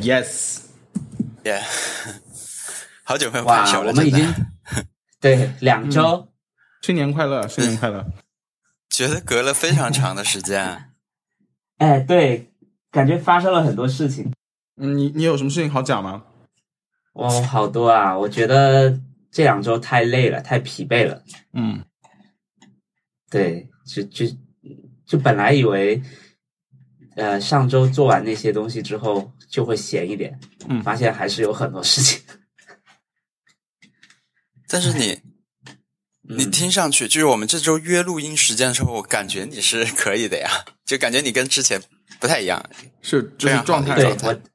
Yes，耶、 好久没有哇拍，球了，我们已真经的 对两周，新年快嗯乐，新年快乐！觉得隔了非常长的时 间。哎，对，感觉发生了很多事情。嗯，你你有什么事情好讲吗？哇，好多啊！我觉得这两周太累了，太疲惫了。嗯，对，就就就本来以为，呃，上周做完那些东西之后就会闲一点，嗯发现还是有很多事情。但是你，你嗯听上去就是我们这周约录音时间的时候，我感觉你是可以的呀， 就感觉你跟之前不太一样。是，就是非常好状态的一对状个态。我，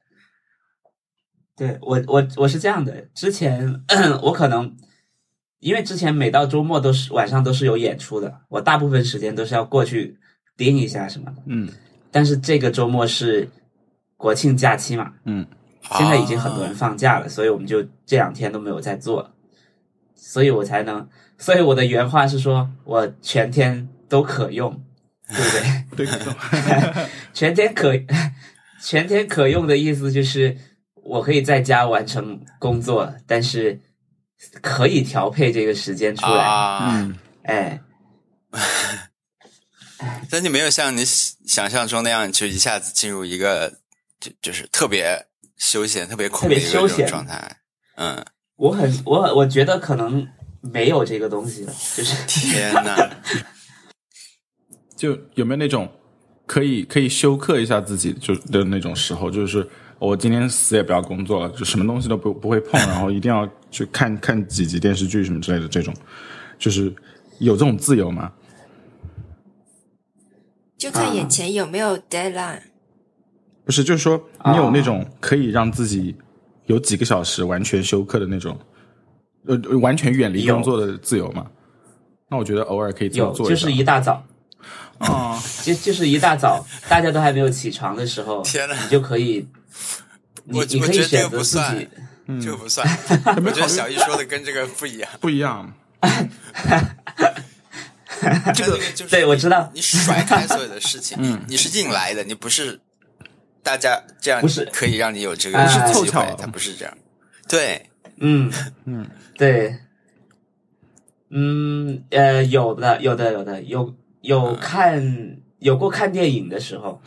对我我我是这样的，之前我可能因为之前每到周末都是晚上都是有演出的，我大部分时间都是要过去盯一下什么的。嗯但是这个周末是国庆假期嘛， 嗯，现在已经很多人啊放假了，所以我们就这两天都没有在做，所以我才能，所以我的原话是说我全天都可用，对不对？对，全天可 全天可用的意思就是我可以在家完成工作，但是可以调配这个时间出来。啊！嗯，哎，但你没有像你想象中那样，就一下子进入一个就就是特别休闲、特别空的一特个别休这闲种状态。嗯，我很我我觉得可能没有这个东西了，就是天 呐，就有没有那种可以可以休克一下自己就的那种时候？就是我今天死也不要工作了，就什么东西都不不 会碰，然后一定要去看看几集电视剧什么之类的这种，就是有这种自由吗？就看嗯眼前有没有 deadline。不是，就是说你有啊那种可以让自己有几个小时完全休克的那种，呃，完全远离有工作的自由嘛？那我觉得偶尔可以这么有，做就下是一大早，啊， 就就是一大早，大家都还没有起床的时候，天哪你就可以，你我你我可觉得这以个选不择自算己，这个不 算。我觉得小易说的跟这个不一样。不一样。这个就是对我知道你甩开所有的事情，你是硬来的，你不是大家这样不是哎可以让你有这个不是凑机巧会，它不是这样。对，嗯嗯，对，嗯，呃，有的，有的，有的，有嗯有看有过看电影的时候，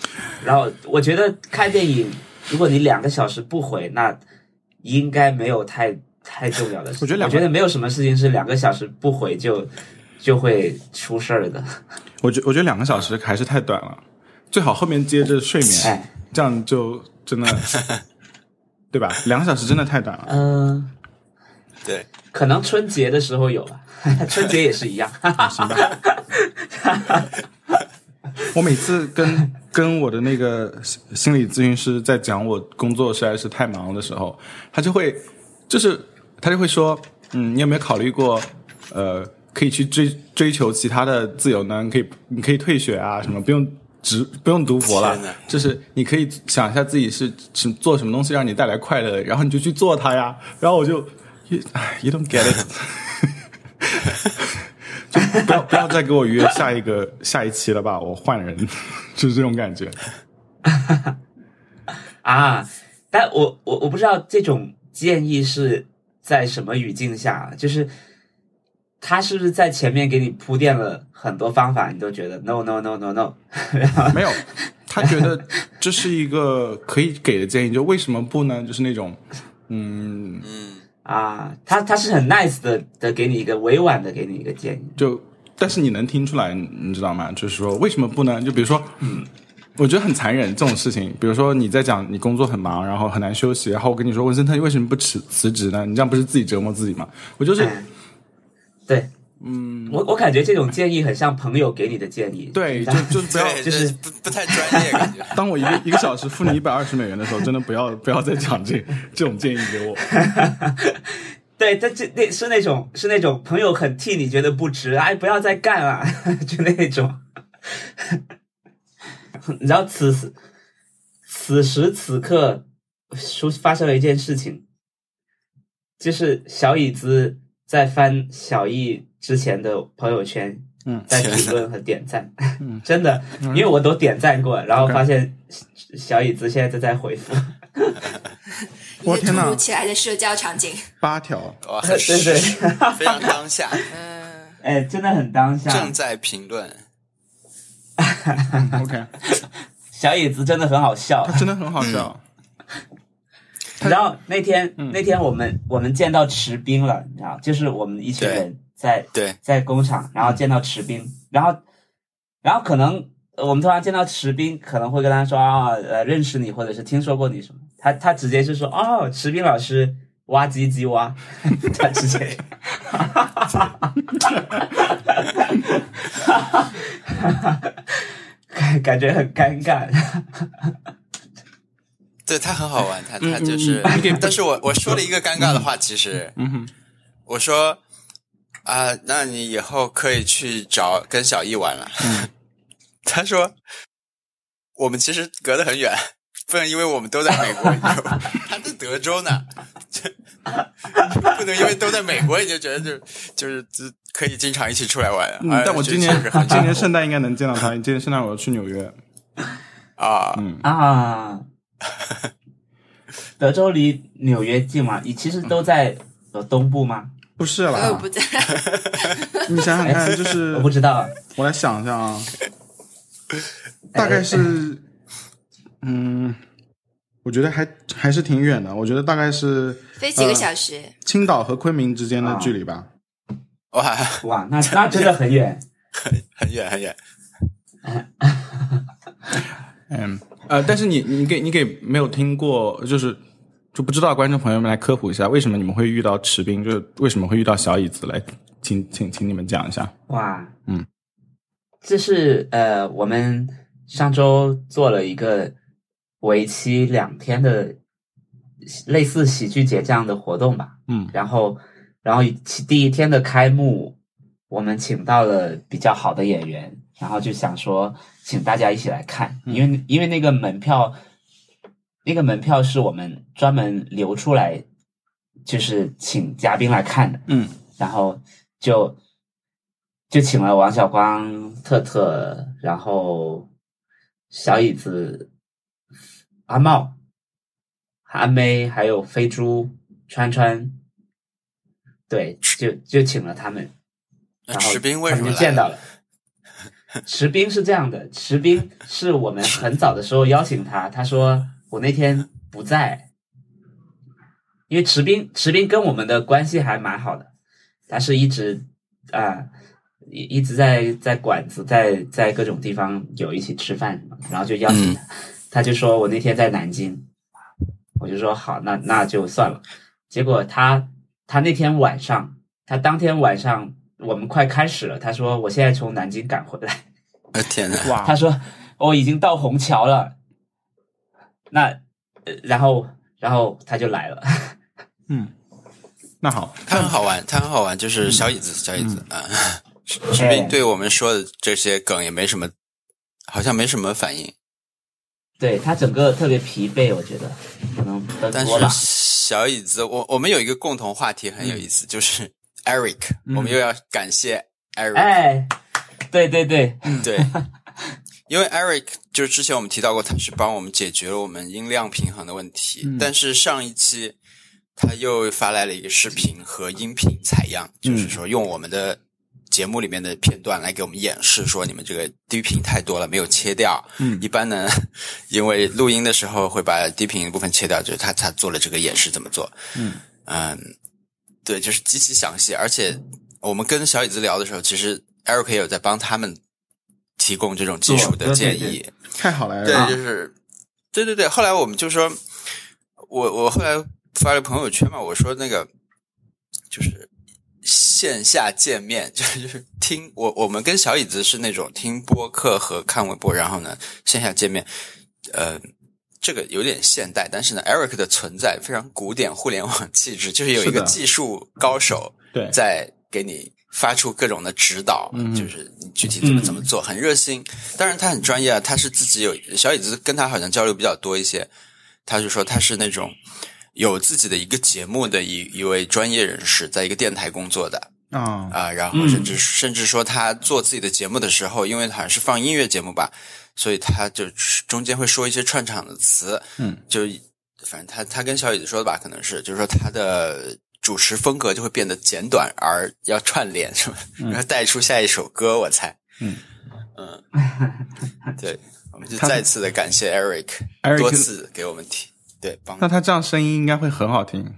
然后我觉得看电影，如果你两个小时不回，那应该没有太太重要的事情。我觉得两我个觉得没有什么事情是两个小时不回就就会出事儿的。我觉我觉得两个小时还是太短了，最好后面接着睡眠，哎，这样就真 的，对吧？两个小时真的太短了。嗯、对，可能春节的时候有吧， 春节也是一样。行吧。 我每次跟 跟我的那个心心理咨询师在讲我工作实在是太忙了的时候，他就会就是他就会说，嗯，你有没有考虑过，呃，可以去追追求其他的自由呢？你可以你可以退学啊，什么不用只不用读博了天哪，就是你可以想一下自己是是做什么东西让你带来快乐，然后你就去做它呀。然后我就，哎，you don't get it。不要不要再给我约下一个下一期了吧，我换人，就是这种感觉。啊，但我我我不知道这种建议是在什么语境下，就是他是不是在前面给你铺垫了很多方法，你都觉得 no no no no no，然后没有，他觉得这是一个可以给的建议，就为什么不呢？就是那种，嗯，嗯，啊，他他是很 nice 的的给你一个委婉的给你一个建议，就但是你能听出来，你你知道吗？就是说为什么不呢？就比如说，嗯，我觉得很残忍这种事情。比如说你在讲你工作很忙，然后很难休息，然后我跟你说文森特，你为什么不辞辞职呢？你这样不是自己折磨自己吗？我就是嗯，对，嗯，我我感觉这种建议很像朋友给你的建议，对，就但就是 不要对，就是这不不太专业感 觉。当我一 个一个小时付你一百二十美元的时候，真的不要不要再讲这 这种建议给我。对，但这那是那种是那种朋友很替你觉得不值，哎，不要再干了， 就那种。你知道此时此时此刻，出发生了一件事情，就是小椅子在翻小易之前的朋友圈，嗯在评论和点赞， 真的，因为我都点赞过，然后发现小椅子现在正在回复，一我个天突哪如其来的社交场景，八条，哇，很对对， 非常当下，嗯，哎，真的很当下正，在评论，嗯 OK，小椅子真的很好笑他。真的很好笑，你知道那天那天我们我们见到池冰了，你知道，就是我们一群对人在对，在工厂，然后见到池冰，然后然后可能呃我们突然见到池冰，可能会跟他说啊，呃，认识你或者是听说过你什么，他他直接就说哦，池冰老师挖机机挖， 他直接， 感感觉很尴尬，对他很好玩，他嗯他就是嗯你给， 但是我我说了一个尴尬的话，其实嗯哼，我说啊、那你以后可以去找跟小易玩了。嗯 他说，我们其实隔得很远，不能因为我们都在美国，你知道吗 他在德州呢， 这不能因为都在美国，你就觉得就就是就可以经常一起出来玩。嗯哎但我这今确年实很今年圣诞应该能见到他，今年圣诞我要去纽约，啊，嗯，啊，德州离纽约近吗？你其实都在呃东部吗？不是呃我呃也啦，不在，你想想看，就是哎我不知道啊，我来想一下啊，哎大概是，嗯，我觉得还还是挺远的，我觉得大概是飞几个小时，青岛和昆明之间的距离吧。哇，哇，那那真的很远。很远很远。嗯，呃，但是你你给你给没有听过，就是就不知道的观众朋友们来科普一下，为什么你们会遇到池冰，就是为什么会遇到小椅子来，请请请你们讲一下。哇，嗯，这是呃，我们上周做了一个为期两天的类似喜剧节这样的活动吧，嗯然后然后其第一天的开幕，我们请到了比较好的演员，然后就想说请大家一起来看，嗯因为因为那个门票，那个门票是我们专门留出来，就是请嘉宾来看的，嗯然后就就请了王小光、特特，然后小椅子、阿茂、阿妹，还有飞猪、川川，对，就就请了他们。那然后池冰为什他么们来就见到了？池冰是这样的，池冰是我们很早的时候邀请他，他说我那天不在，因为池冰池冰跟我们的关系还蛮好的，他是一直啊一、一直在在馆子在在各种地方有一起吃饭，然后就邀嗯请他，他就说我那天在南京，我就说好，那那就算了。结果他他那天晚上，他当天晚上我们快开始了，他说我现在从南京赶回来， 我天哪！哇他说我已经到虹桥了，那呃然后然后他就来了， 嗯，那好，它很好嗯玩，它很好玩，就是小椅子，小椅子啊。 士士兵 对我们说的这些梗也没什么，好像没什么反应。对他整个特别疲惫，我觉得可能喝但是多了，小椅子，我我们有一个共同话题很有意思，就是 Eric，我们又要感谢 Eric，嗯哎，对对对， 对，因为 Eric 就是之前我们提到过，他是帮我们解决了我们音量平衡的问题嗯，但是上一期他又发来了一个视频和音频采样，嗯就是说用我们的节目里面的片段来给我们演示，说你们这个低频太多了，没有切掉。嗯一般呢， 因为录音的时候会把低频的部分切掉，就是他他做了这个演示怎么做。嗯嗯，对，就是极其详细，而且我们跟小椅子聊的时候，其实 Eric 也有在帮他们提供这种技术的做建对议。对太好来啊对，了，就是，对对对。后来我们就说，我我后来发了朋友圈嘛，我说那个就是线下见面， 就是就是听我我们跟小椅子是那种听播客和看微博，然后呢线下见面，呃。这个有点现代，但是呢，Eric 的存在非常古典互联网气质，就是有一是个的技术高手对在给你发出各种的指导，嗯就是你具体怎么嗯怎么做，很热心。当然他很专业啊，他是自己有小椅子跟他好像交流比较多一些，他就说他是那种有自己的一个节目的一一位专业人士，在一个电台工作的，啊啊、然后甚至、甚至说他做自己的节目的时候，因为好像是放音乐节目吧，所以他就中间会说一些串场的词，嗯，就反正他他跟小椅子说的吧，可能是就是说他的主持风格就会变得简短而要串联什么，然后带出下一首歌，我猜，嗯嗯，对，我们就他再次的感谢 Eric Eric- 多次给我们提对帮那他这样声音应该会很好听。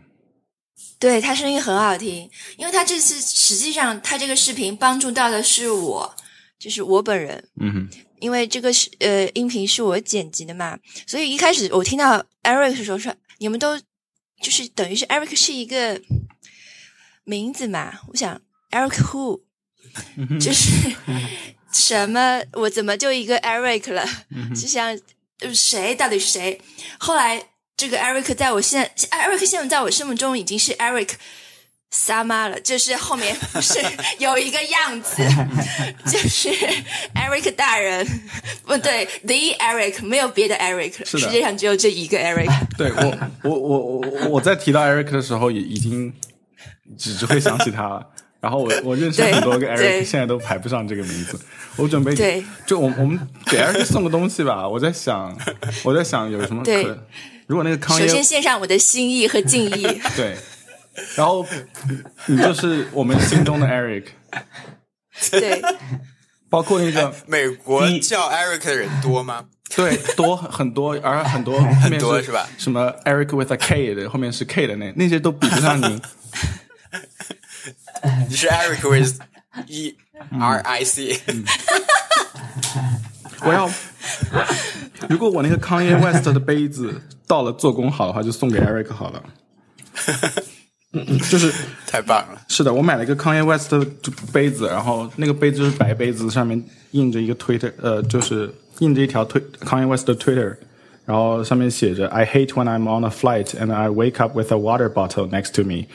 对他声音很好听，因为他这次实际上他这个视频帮助到的是我，就是我本人。嗯哼，因为这个是呃音频是我剪辑的嘛，所以一开始我听到 Eric 的时候说，你们都就是等于是 Eric 是一个名字嘛，我想 Eric Who 就是什么，我怎么就一个 Eric 了？嗯就像呃谁到底是谁？后来这个 Eric 在我现在 Eric 现在在我心目中已经是 Eric。撒妈了，就是后面 是有一个样子，就是 Eric 大人，不对，The Eric 没有别的 Eric，了是的世界上只有这一个 Eric。 对我，我我我我在提到 Eric 的时候，也已经只只会想起他了。然后我我认识对很多个 Eric，对现在都排不上这个名字。我准备对，就我我们给 Eric 送个东西吧。我在想，我在想有什么对可，如果那个康首耶先献上我的心意和敬 意，对，然后你就是我们心中的 Eric，对，包括那个美国第一叫 Eric 的人多吗？对，多很多，而很多后面很多是吧什么 Eric with a K 的，后面是 K 的那那些都比不上您。你是 Eric with E R I C，我要，如果我那个 Kanye West 的杯子到了做工好的话，就送给 Eric 好了。就是 太棒了！是的，我买了一个 Kanye West 的杯子，然后那个杯子就是白杯子，上面印着一个 Twitter，呃，就是印着一条推 Kanye West 的 Twitter，然后上面写着 "I hate when I'm on a flight and I wake up with a water bottle next to me,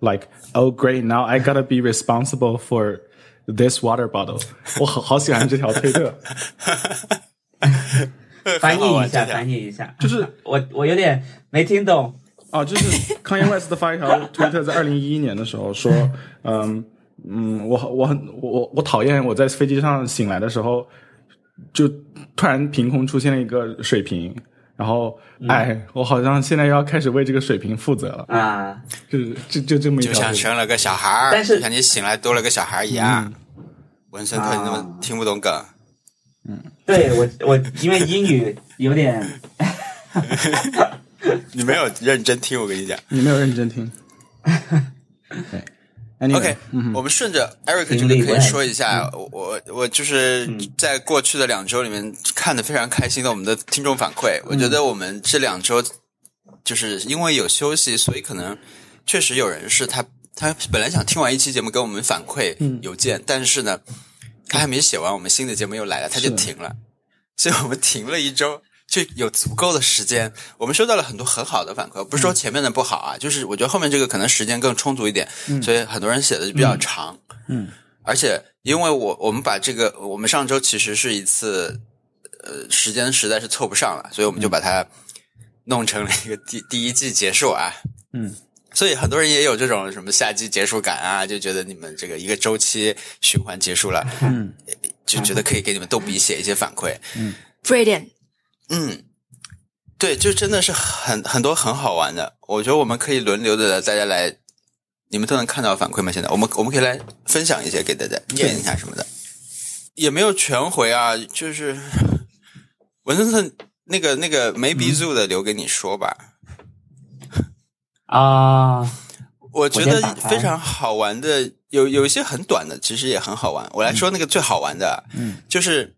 like oh great, now I gotta be responsible for this water bottle." 我好好喜欢这条推特，很翻好译一玩下，这条翻译一下，就是我我有点没听懂。啊，就是 Kanye West 发一 条推特，在二零一一年的时候说，嗯嗯，我我很我我我讨厌我在飞机上醒来的时候，就突然凭空出现了一个水瓶，然后嗯哎，我好像现在要开始为这个水瓶负责了，啊，就是就就这么一就条像推特。生了个小孩儿，但是就像你醒来多了个小孩一样。文森特，啊你怎么听不懂梗？对我我因为英语有点你没有认真听，我跟你讲。你没有认真 听。对 anyway, OK，我们顺着 Eric 这盈个利可以未来说一下，我我我就是在过去的两周里面看的非常开心的我们的听众反馈，我觉得我们这两周就是因为有休息，所以可能确实有人是他他本来想听完一期节目给我们反馈邮件，但是呢，他还没写完，我们新的节目又来了，他就是的停了，所以我们停了一周。就有足够的时间，我们收到了很多很好的反馈，不是说前面的不好啊，就是我觉得后面这个可能时间更充足一点，所以很多人写的就比较长。嗯，而且因为我我们把这个，我们上周其实是一次，呃，时间实在是凑不上了，所以我嗯们就把它弄成了一个第第一季结束啊。嗯，所以很多人也有这种什么夏季结束感啊，就觉得你们这个一个周期循环结束了，嗯，就觉得可以给你们逗比写一些反馈。 brilliant，嗯，对，就真的是很很多很好玩的。我觉得我们可以轮流的大家来，你们都能看到反馈吗？现在我们我们可以来分享一些给大家念一下什么的，也没有全回啊，就是文森特那个那个没鼻祖的留给你说吧。啊、我觉我得先打开非常好玩的，有有一些很短的，其实也很好玩。我来说那个最好玩的，啊嗯，就是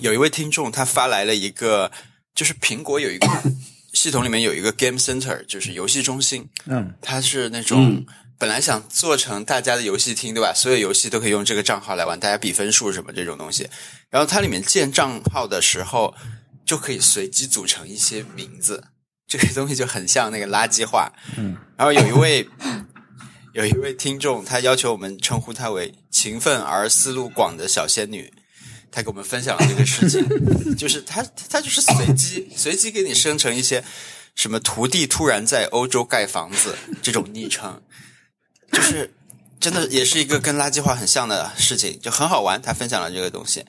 有一位听众他发来了一个，就是苹果有一个 系统里面有一个 Game Center，就是游戏中心，嗯它是那种、嗯本来想做成大家的游戏厅，对吧？所有游戏都可以用这个账号来玩，大家比分数什么这种东西。然后它里面建账号的时候，就可以随机组成一些名字，这个东西就很像那个垃圾话。嗯。然后有一位有一位听众，他要求我们称呼她为勤奋而思路广的小仙女。他给我们分享了这个 事情，就是他他就是随机随机给你生成一些什么徒弟突然在欧洲盖房子这种昵称，就是真的也是一个跟垃圾话很像的事情，就很好玩。他分享了这个东西，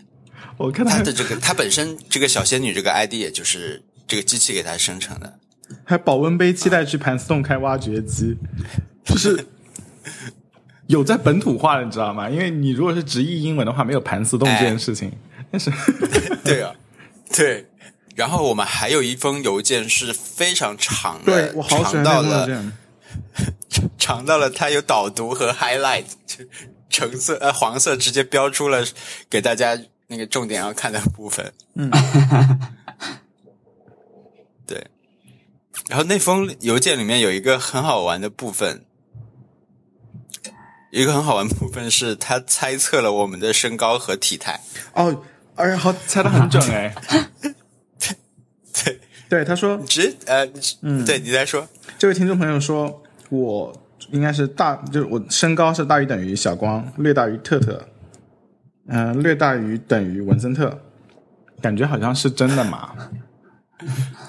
我看他他的这个他本身这个小仙女这个 ID 也就是这个机器给他生成的。还保温杯期待去盘丝洞开挖掘机，就是有在本土化的，你知道吗？因为你如果是直译英文的话，没有盘丝洞这件事情。但是对啊，对。然后我们还有一封邮件是非常长对的，我好喜长欢那到种了这样，尝到了它有导读和 highlight，就橙色呃黄色直接标出了给大家那个重点要看的部分。嗯， 对。然后那封邮件里面有一个很好玩的部分，一个很好玩的部分是他猜测了我们的身高和体态。哦，而且好猜的 很准哎。对，对，他说直呃，嗯，对你在说，这位听众朋友说，我应该是大，就是我身高是大于等于小光，略大于特特，嗯、略大于等于文森特，感觉好像是真的嘛？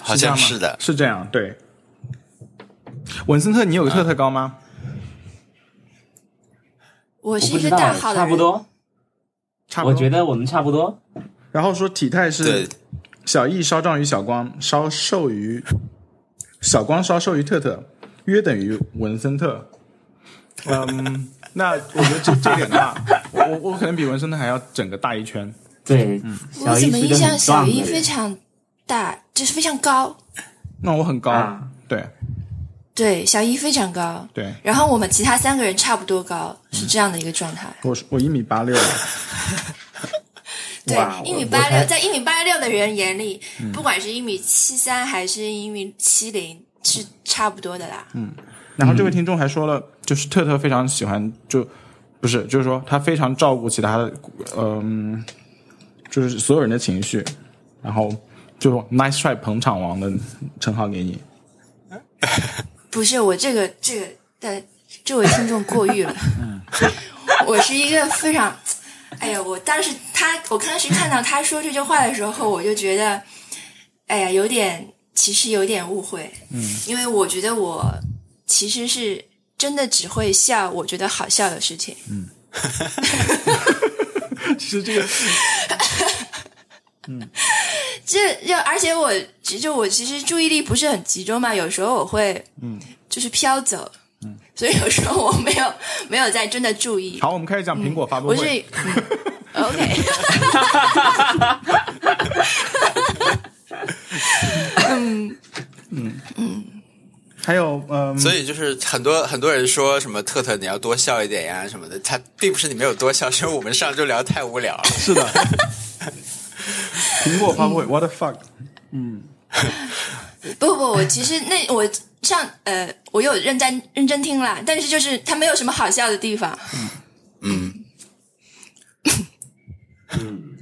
好这样像吗是的，是这样，对。文森特，你有个特特高吗？啊我我是不一知个道大号的差人，不多，差不我多。觉得我们差不多。然后说体态对是小易稍壮于小光，稍瘦于小光，稍瘦于特特，约等于文森特。嗯，那我觉得这这一点的话，我我可能比文森特还要整个大一圈。对，嗯我小怎易么是印个象很小壮姨的非人，常大，就是非常高。那我很高，啊对对，小姨非常高。对，然后我们其他三个人差不多高，是这样的一个状态。我我一米八六了，对哇，一米我八我六，才嗯在一米八六的人眼里，不管是一米七三还是一米七零，是差不多的啦。然后这位听众还说了，就是特特非常喜欢，就不是，就是说他非常照顾其他的，嗯、就是所有人的情绪，然后就 nice try 捧场王的称号给你。不是我这个这个的这位听众过誉了。我是一个非常，哎呀，我当时他，我当时看到他说这句话的时候，我就觉得，哎呀，有点，其实有点误会。嗯，因为我觉得我其实是真的只会笑我觉得好笑的事情。其实这个这就而且我其实我其实注意力不是很集中嘛，有时候我会嗯，就是飘走，嗯，所以有时候我没有没有在真的注意。 好，我们开始讲苹果发布我会。是嗯 OK，还有嗯，所以就是很多很多人说什么特特你要多笑一点呀什么的，他并不是你没有多笑，是因为我们上周聊太无聊了。是的，苹果发布会、嗯 what the fuck，不不，我其实那我上呃，我有认真认真听啦，但是就是它没有什么好笑的地方。嗯，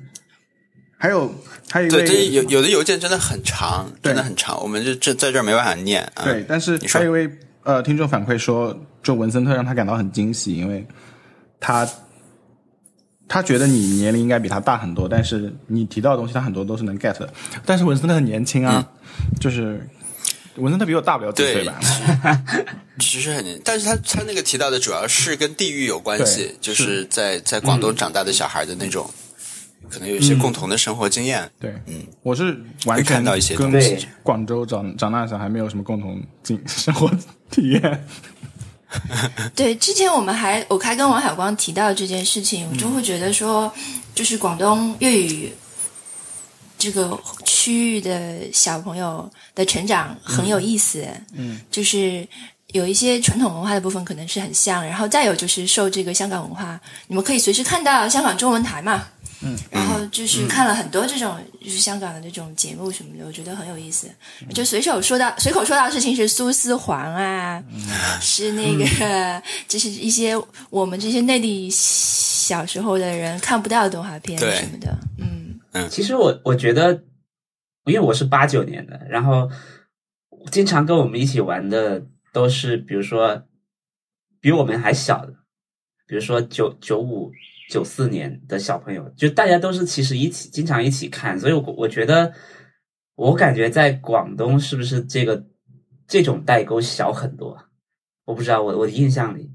还有还有一对，这位有有的邮件真的很长，对真的很长，我们就这在这儿没办法念啊。对，但是你说还有一位呃听众反馈说，就文森特让他感到很惊喜，因为他他觉得你年龄应该比他大很多，但是你提到的东西他很多都是能 get 的。但是文森特很年轻啊，嗯就是文森特比我大不了几岁吧？其实很，但是他他那个提到的主要是跟地域有关系对，嗯就是在在广东长大的小孩的那种，可能有一些共同的生活经验。 对，我是完嗯会全看到一些跟东西广州长长大的小孩没有什么共同经生活体验。 对，之前我们还我还跟王小光提到这件事情，我就会觉得说，就是广东粤语这个区域的小朋友的成长很有意思。嗯，就是有一些传统文化的部分可能是很像，然后再有就是受这个香港文化，你们可以随时看到香港中文台嘛。嗯，然后就是看了很多这种就是香港的这种节目什么的，我觉得很有意思。就随手说到随口说到的事情是苏丝黄啊，是那 个，就是一些我们这些内地小时候的人看不到的动画片对什么的，嗯，其实我我觉得，因为我是八九年的，然后经常跟我们一起玩的都是，比如说比我们还小的，比如说九九五、九四年的小朋友，就大家都是其实一起经常一起看，所以我我觉得，我感觉在广东是不是这个这种代沟小很多啊？我不知道，我我的印象里，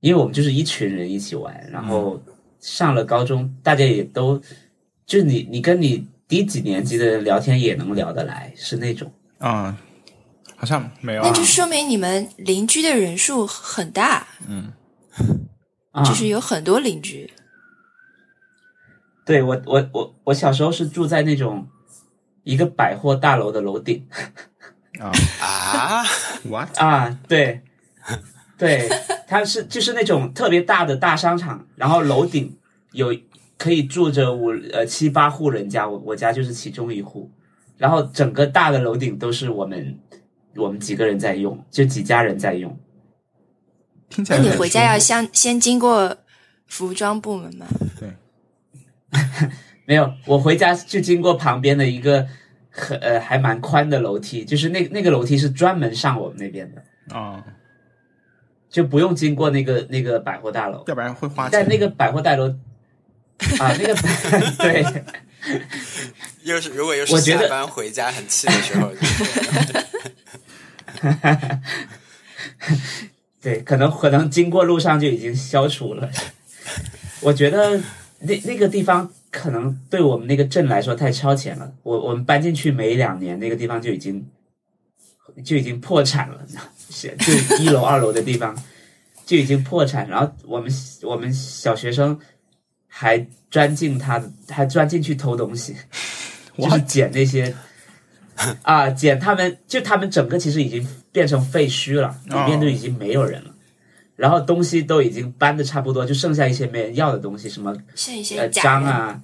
因为我们就是一群人一起玩，然后上了高中，大家也都就是你你跟你低几年级的人聊天也能聊得来，是那种。嗯，好像没有啊那就说明你们邻居的人数很大，啊、就是有很多邻居。对我我我我小时候是住在那种一个百货大楼的楼顶啊啊， ，what？啊，对对，它是就是那种特别大的大商场，然后楼顶有可以住着五呃七八户人家，我我家就是其中一户，然后整个大的楼顶都是我们我们几个人在用，就几家人在用，听起那来你很回家要舒先先经过服装部门吗？服对，没有，我回家就经过旁边的一个很呃还蛮宽的楼梯，就是那那个楼梯是专门上我们那边的。啊、就不用经过那个那个百货大楼，要不然会花钱但。那个百货大楼啊，那个 对又是如果又是我觉下得班回家很气的 时候，对，可能可能经过路上就已经消除了。我觉得那那个地方可能对我们那个镇来说太超前了。我我们搬进去没两年，那个地方就已经就已经破产了，是就一楼二楼的地方就已经破产。然后我们我们小学生还钻进他的，还钻进去偷东西，就是捡那些。啊，捡他们就他们整个其实已经变成废墟了，里面都已经没有人了，然后东西都已经搬的差不多，就剩下一些没人要的东西，什么剩一呃些假章人，啊，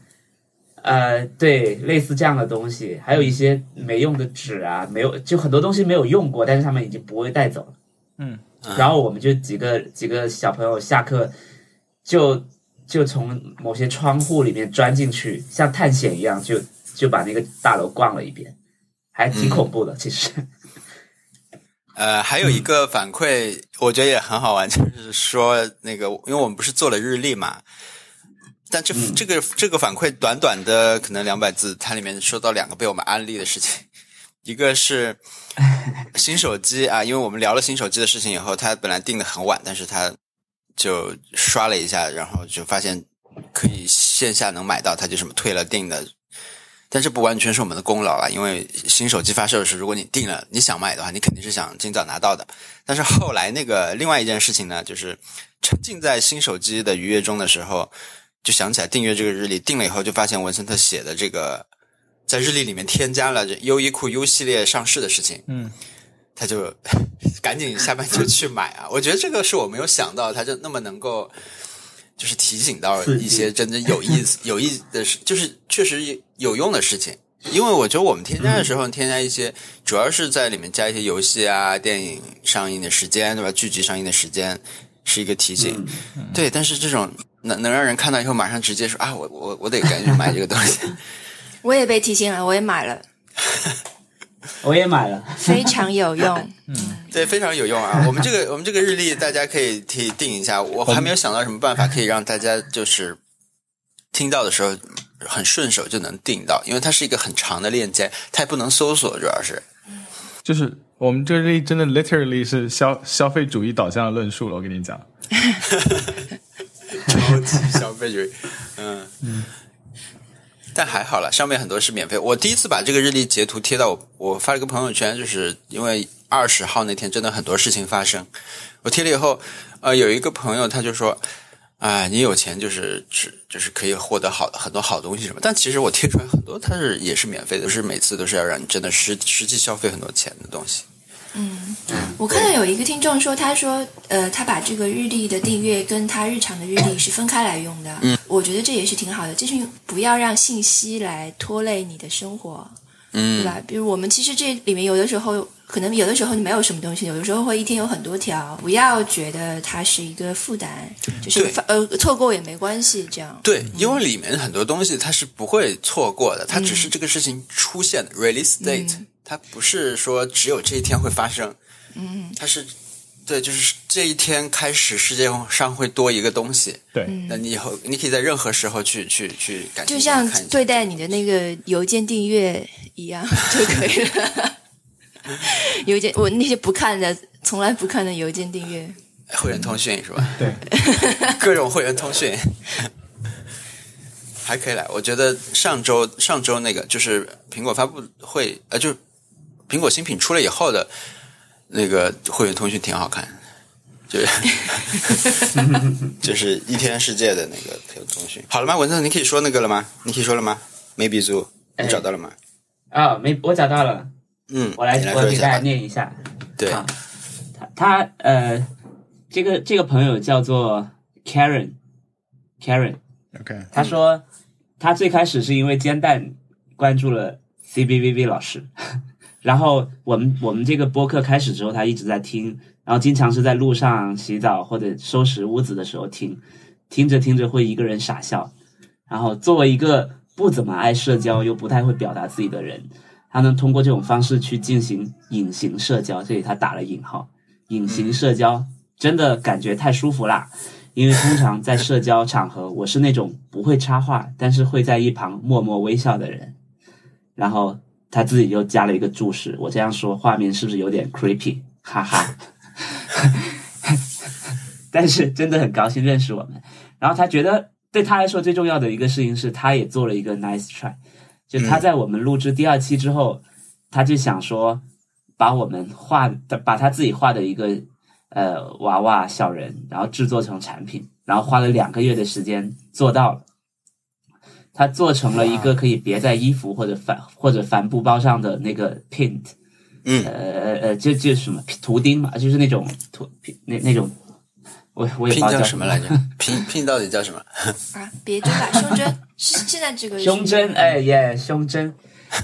呃，对，类似这样的东西，还有一些没用的纸啊，没有，就很多东西没有用过，但是他们已经不会带走了。嗯，然后我们就几个几个小朋友下课就就从某些窗户里面钻进去，像探险一样，就就把那个大楼逛了一遍，还挺恐怖的，其实。呃，还有一个反馈，我觉得也很好玩，就是说那个，因为我们不是做了日历嘛，但这、这个这个反馈短短的可能两百字，它里面说到两个被我们安利的事情，一个是新手机啊，因为我们聊了新手机的事情以后，他本来定的很晚，但是他就刷了一下，然后就发现可以线下能买到，他就什么退了订的。但这不完全是我们的功劳啊，因为新手机发售的时候，如果你定了，你想买的话，你肯定是想尽早拿到的。但是后来那个另外一件事情呢，就是沉浸在新手机的愉悦中的时候，就想起来订阅这个日历，订了以后就发现文森特写的这个在日历里面添加了这优衣库 U 系列上市的事情，嗯，他就 赶紧下班就去买啊。我觉得这个是我没有想到，他就那么能够就是提醒到刺一激些真正有意思、有意思的事，就是确实有用的事情。因为我觉得我们添加的时候添加一些，主要是在里面加一些游戏啊、电影上映的时间，对吧？剧集上映的时间是一个提醒。嗯对，但是这种能能让人看到以后马上直接说啊，我我我得赶紧买这个东西。 我也被提醒了，我也买了，我也买了，非常有用。对，非常有用啊！我们这个我们这个日历，大家可以提定一下。我还没有想到什么办法可以让大家就是听到的时候很顺手就能订到，因为它是一个很长的链接，它也不能搜索，主要是就是我们这里真的 literally 是消消费主义导向的论述了。我跟你讲，超级消费主义。嗯嗯，但还好了，上面很多是免费。我第一次把这个日历截图贴到我我发了个朋友圈，就是因为二十号那天真的很多事情发生，我贴了以后，呃，有一个朋友他就说。哎，你有钱就是只就是可以获得好很多好东西什么，但其实我贴出来很多，它是也是免费的，不是每次都是要让你真的实实际消费很多钱的东西。我看到有一个听众说，他说，呃，他把这个日历的订阅跟他日常的日历是分开来用的。嗯，我觉得这也是挺好的，就是不要让信息来拖累你的生活，对嗯，吧？比如我们其实这里面有的时候，可能有的时候你没有什么东西，有的时候会一天有很多条，不要觉得它是一个负担，就是对发呃错过也没关系，这样。对，因为里面很多东西它是不会错过的，它只嗯是这个事情出现的 release date，、它不是说只有这一天会发生，嗯，它是对，就是这一天开始世界上会多一个东西，对，那你以后你可以在任何时候去去去感嗯就兴趣像看一下对待你的那个邮件订阅一 样就可以 了。邮件，我那些不看的，从来不看的邮件订阅，会员通讯是吧？对， 各种会员通讯， 还可以来。我觉得上周上周那个就是苹果发布会，呃，就是苹果新品出了以后的那个会员通讯挺好看，就是就是 一天世界的那个通讯。好了吗，文森，你可以说那个了吗？你可以说了吗？Maybe Zoo，你哎找到了吗？啊、没，我找到了，嗯，我来你来我说给一大家下吧。念一下。对，啊他他呃，这个这个朋友叫做 Karen，Karen， OK，他说他最开始是因为煎蛋关注了 CBVV 老师， 然后我们我们这个播客开始之后，他一直在听，然后经常是在路上洗澡或者收拾屋子的时候听，听着听着会一个人傻笑。然后作为一个不怎么爱社交又不太会表达自己的人，他能通过这种方式去进行隐形社交，这里他打了引号，隐形社交真的感觉太舒服啦。因为通常在社交场合，我是那种不会插话，但是会在一旁默默微笑的人。然后他自己又加了一个注释，我这样说画面是不是有点 creepy？哈哈。 但是真的很高兴认识我们。然后他觉得对他来说最重要的一个事情是，他也做了一个 nice try，就嗯他在我们录制第二期之后，他就想说把我们画的把他自己画的一个呃娃娃小人，然后制作成产品，然后花了两个月的时间做到了。他做成了一个可以别在衣服或者帆或者帆布包上的那个 paint，嗯呃呃呃，就就什么图钉嘛，就是那种图那那种，我我拼也不知道叫叫什么来着？拼拼到底叫什么？啊，别针吧，胸针是现在这个是胸针，哎耶，胸针。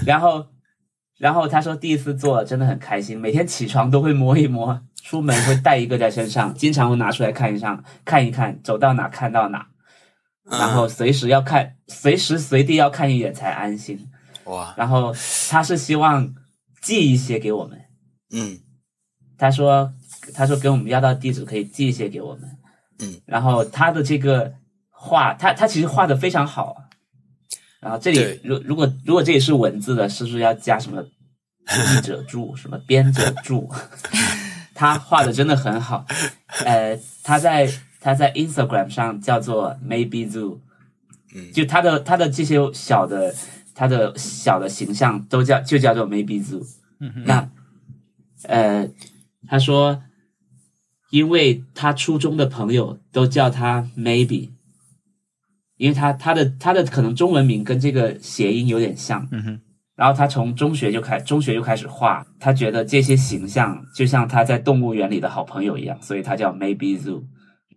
然后， 然后他说第一次做真的很开心，每天起床都会摸一摸，出门会带一个在身上，经常会拿出来看一上看一看，走到哪看到哪， 然后随时要看，随时随地要看一眼才安心。嗯哇，然后他是希望寄一些给我们，嗯他说他说跟我们要到地址可以寄一些给我们，嗯，然后他的这个画，他他其实画的非常好啊，然后这里对如如果如果这里是文字的，是不是要加什么译者 注、什么编者注？他画的真的很好，呃，他在他在 Instagram 上叫做 Maybe Zoo，嗯就他的他的这些小的他的小的形象都叫就叫做 Maybe Zoo，那呃，他说，因为他初中的朋友都叫他 Maybe，因为他他的他的可能中文名跟这个谐音有点像，嗯哼，然后他从中学就开中学就开始画，他觉得这些形象就像他在动物园里的好朋友一样，所以他叫 Maybe Zoo。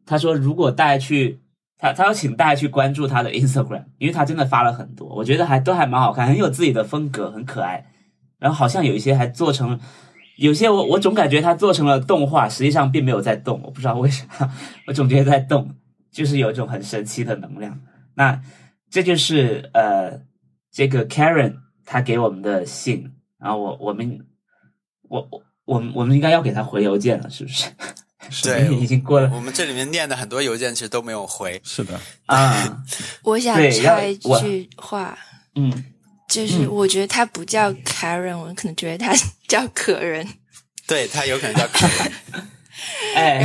他说如果大家去，他他要请大家去关注他的 Instagram，因为他真的发了很多，我觉得还都还蛮好看，很有自己的风格，很可爱。然后好像有一些还做成，有些我我总感觉他做成了动画，实际上并没有在动，我不知道为啥， 我总觉得在动，就是有一种很神奇的能量。那这就是呃，这个 Karen 她给我们的信，然后我我们我我我们我们应该要给她回邮件了，是不 是？对已经过了 我们这里面念的很多邮件其实都没有回，是的，啊，我想对要插一我句话，嗯，就是我觉得他不叫 Karen，我可能觉得他叫可人。对他有可 能叫可人。然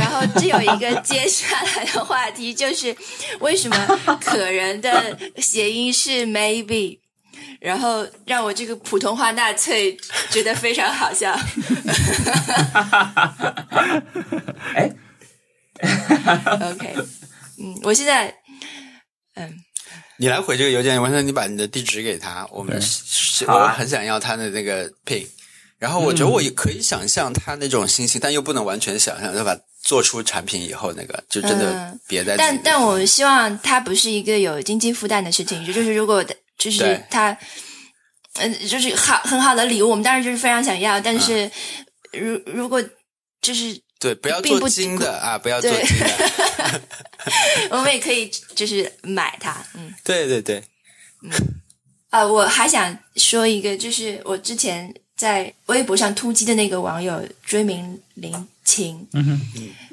哎，后这有一个接下来的话题，就是为什么可人的谐音是 maybe，然后让我这个普通话纳粹觉得非常好笑。哎 OK，嗯，我现在嗯你来回这个邮件，完全你把你的地址给他，我们嗯对是好我啊很想要他的那个 pin。然后我觉得我也可以想象他那种心情，但又不能完全想象，对吧？做出产品以后，那个就真的嗯别再、但但我希望它不是一个有经济负担的事情，就是如果就是对它，嗯，就是好很好的礼物，我们当然就是非常想要，但是如、如果就是对不要并做不精的啊，不要做对精的，我们也可以就是买它，嗯对对 对，啊，我还想说一个，就是我之前在微博上突击的那个网友追名林琴，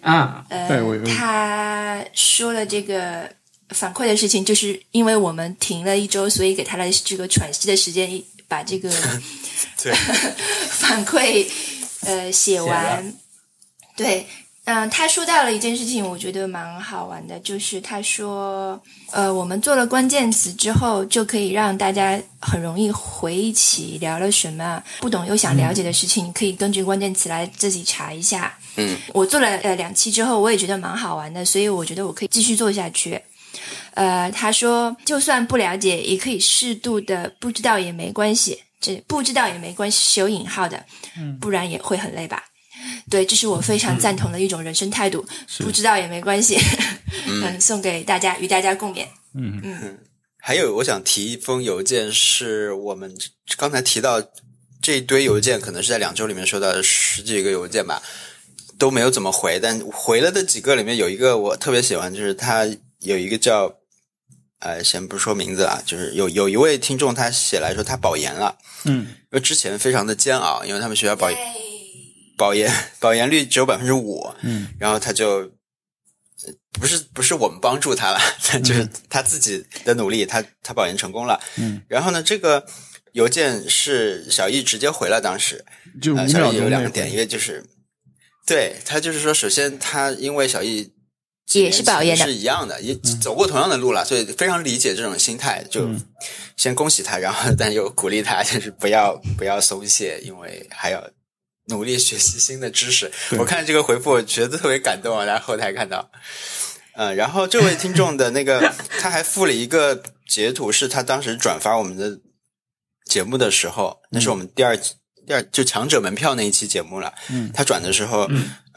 啊，嗯呃对我我，他说了这个反馈的事情，就是因为我们停了一周，所以给他了这个喘息的时间，一把这个对反馈呃写写完完。对，嗯，他说到了一件事情，我觉得蛮好玩的，就是他说，呃，我们做了关键词之后，就可以让大家很容易回忆起聊了什么，不懂又想了解的事情，可以根据关键词来自己查一下。嗯，我做了呃两期之后，我也觉得蛮好玩的，所以我觉得我可以继续做下去。呃，他说，就算不了解，也可以适度的不知道也没关系，这不知道也没关系是有引号的，不然也会很累吧。对，这是我非常赞同的一种人生态度，是不知道也没关系。嗯 嗯，送给大家，与大家共勉。嗯，还有，我想提一封邮件，是我们刚才提到这一堆邮件，可能是在两周里面收到的十几个邮件吧，都没有怎么回。但回了的几个里面，有一个我特别喜欢，就是他有一个叫呃，先不说名字啊，就是有有一位听众他写来说他保研了，嗯，因为之前非常的煎熬，因为他们学校保保研保研率只有百分之五，嗯，然后他就呃不是不是我们帮助他了，就是他自己的努力，他他保研成功了，嗯，然后呢，这个邮件是小易直接回了，当时，就五呃，小秒易有钟两内个点，一回，个就是，对他就是说，首先他因为小易几也年是保研前的是一样的，也走过同样的路了，所以非常理解这种心态，就嗯先恭喜他，然后 但又鼓励他，就是不要不要松懈，因为还要努力学习新的知识。对我看这个回复，我觉得特别感动啊，然后后台看到，嗯，然后这位听众的那个，他还附了一个截图，是他当时转发我们的节目的时候，那是我们第二期第二就强者门票那一期节目了。嗯他转的时候，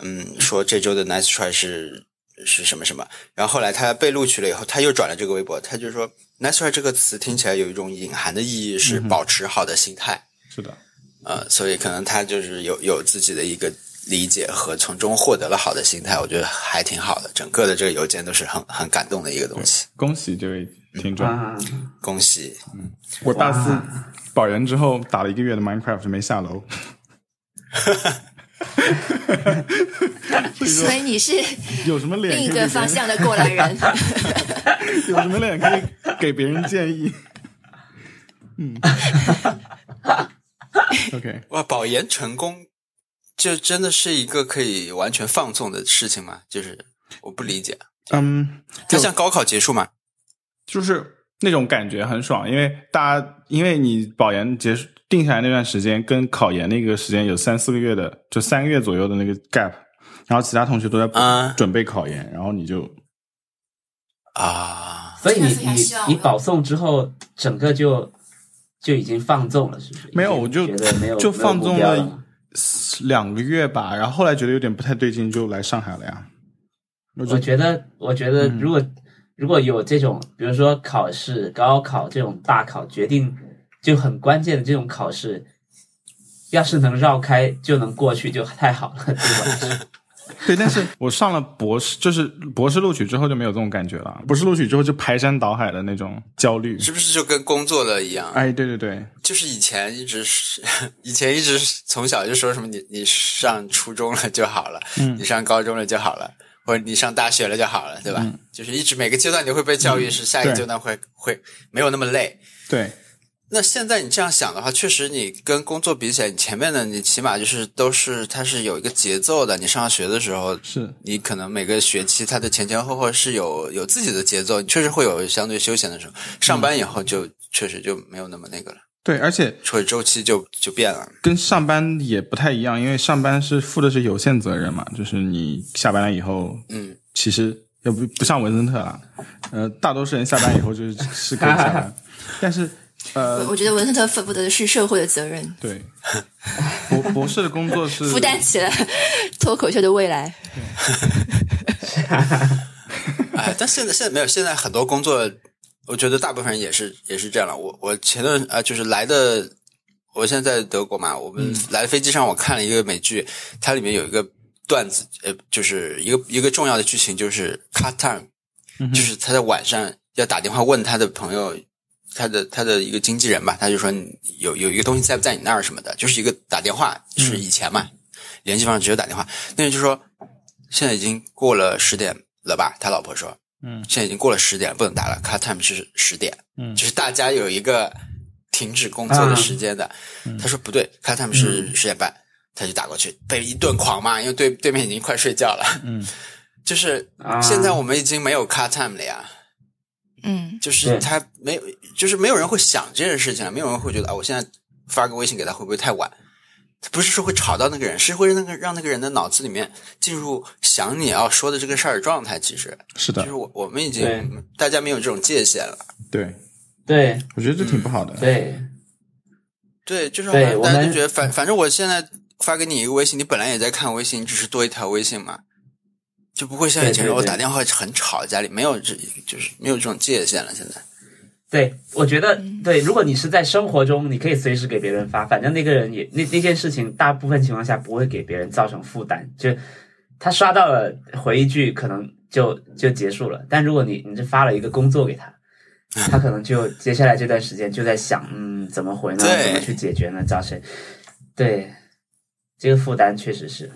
嗯，说这周的 Nice Try 是是什么什么，然后后来他被录取了以后，他又转了这个微博，他就说 Nice Try 这个词听起来有一种隐含的意义是保持好的心态，是的，呃，所以可能他就是有有自己的一个理解和从中获得了好的心态，我觉得还挺好的。整个的这个邮件都是很很感动的一个东西，恭喜这位听众，啊，恭喜！我大四保研之后打了一个月的 Minecraft 没下楼，所以你是有什么脸另可以一给别个人方向的过来人。有什么脸可以给别人建议？嗯，OK，哇，保研成功，这真的是一个可以完全放纵的事情吗？就是我不理解，嗯，它像高考结束嘛？就是那种感觉很爽，因为大家因为你保研结束定下来那段时间，跟考研那个时间有三四个月的，就三个月左右的那个 gap，然后其他同学都在啊准备考研，然后你就啊，所以你这样子还你是要你保送之后，整个就就已经放纵了，是不是？没有，我已经就觉得没有就放纵没有目标了了。两个月吧，然后后来觉得有点不太对劲，就来上海了呀。我就我觉得，我觉得如果、如果有这种，比如说考试、高考这种大考，决定就很关键的这种考试，要是能绕开就能过去，就太好了，对吧？ 对，但是我上了博士，就是博士录取之后就没有这种感觉了。博士录取之后就排山倒海的那种焦虑。是不是就跟工作了一样？哎，对对对，就是以前一直是，以前一直是从小就说什么你你上初中了就好了，嗯你上高中了就好了，或者你上大学了就好了，对吧？就是一直每个阶段你会被教育是下一个嗯对阶段会、会没有那么累。对，那现在你这样想的话，确实你跟工作比起来，你前面的你起码就是都是它是有一个节奏的。你上学的时候，是你可能每个学期它的前前后后是有有自己的节奏，你确实会有相对休闲的时候。上班以后就、确实就没有那么那个了，对，而且或者周期就就变了。跟上班也不太一样，因为上班是负的是有限责任嘛，就是你下班了以后，嗯，其实也不不像文森特啦，呃，大多数人下班以后就是是可以下班，但是呃我我觉得文森特负负责的是社会的责任，对博博士的工作是 负担起了脱口秀的未来。哎，但现在现在没有，现在很多工作，我觉得大部分人也是也是这样了。我我前段啊、就是来的，我现在在德国嘛，我们嗯来飞机上我看了一个美剧，它里面有一个段子，呃，就是一个一个重要的剧情就是 cut time，、就是嗯他在晚上要打电话问他的朋友。他的他的一个经纪人吧，他就说你有有一个东西在不在你那儿什么的，就是一个打电话，就是以前嗯嘛，联系方式只有打电话。那人就说现在已经过了十点了吧？他老婆说，嗯现在已经过了十点，不能打了。cut time 是十点，嗯啊就是大家有一个停止工作的时间的。他说不对，cut time 是十点半。他就打过去被一顿狂骂，因为对对面已经快睡觉了。嗯，就是啊现在我们已经没有 cut time 了呀，嗯就是对他没有，就是没有人会想这件事情了，没有人会觉得啊，我现在发个微信给他会不会太晚？不是说会吵到那个人，是会让那个让那个人的脑子里面进入想你要说的这个事儿的状态。其实是就的是，我我们已对经大家没有这种界限了。对，对我觉得这挺不好的。对对，就是好对像我大家们就觉得反反正我现在发给你一个微信，你本来也在看微信，你只是多一条微信嘛，就不会像以前对对我对打电话很吵，家里没有这就是没有这种界限了。现在对，我觉得对。如果你是在生活中，你可以随时给别人发，反正那个人也那那件事情，大部分情况下不会给别人造成负担，就他刷到了回一句，可能就就结束了。但如果你你是发了一个工作给他，他可能就接下来这段时间就在想，嗯，怎么回呢？对怎么去解决呢？找谁？对，这个负担确实是。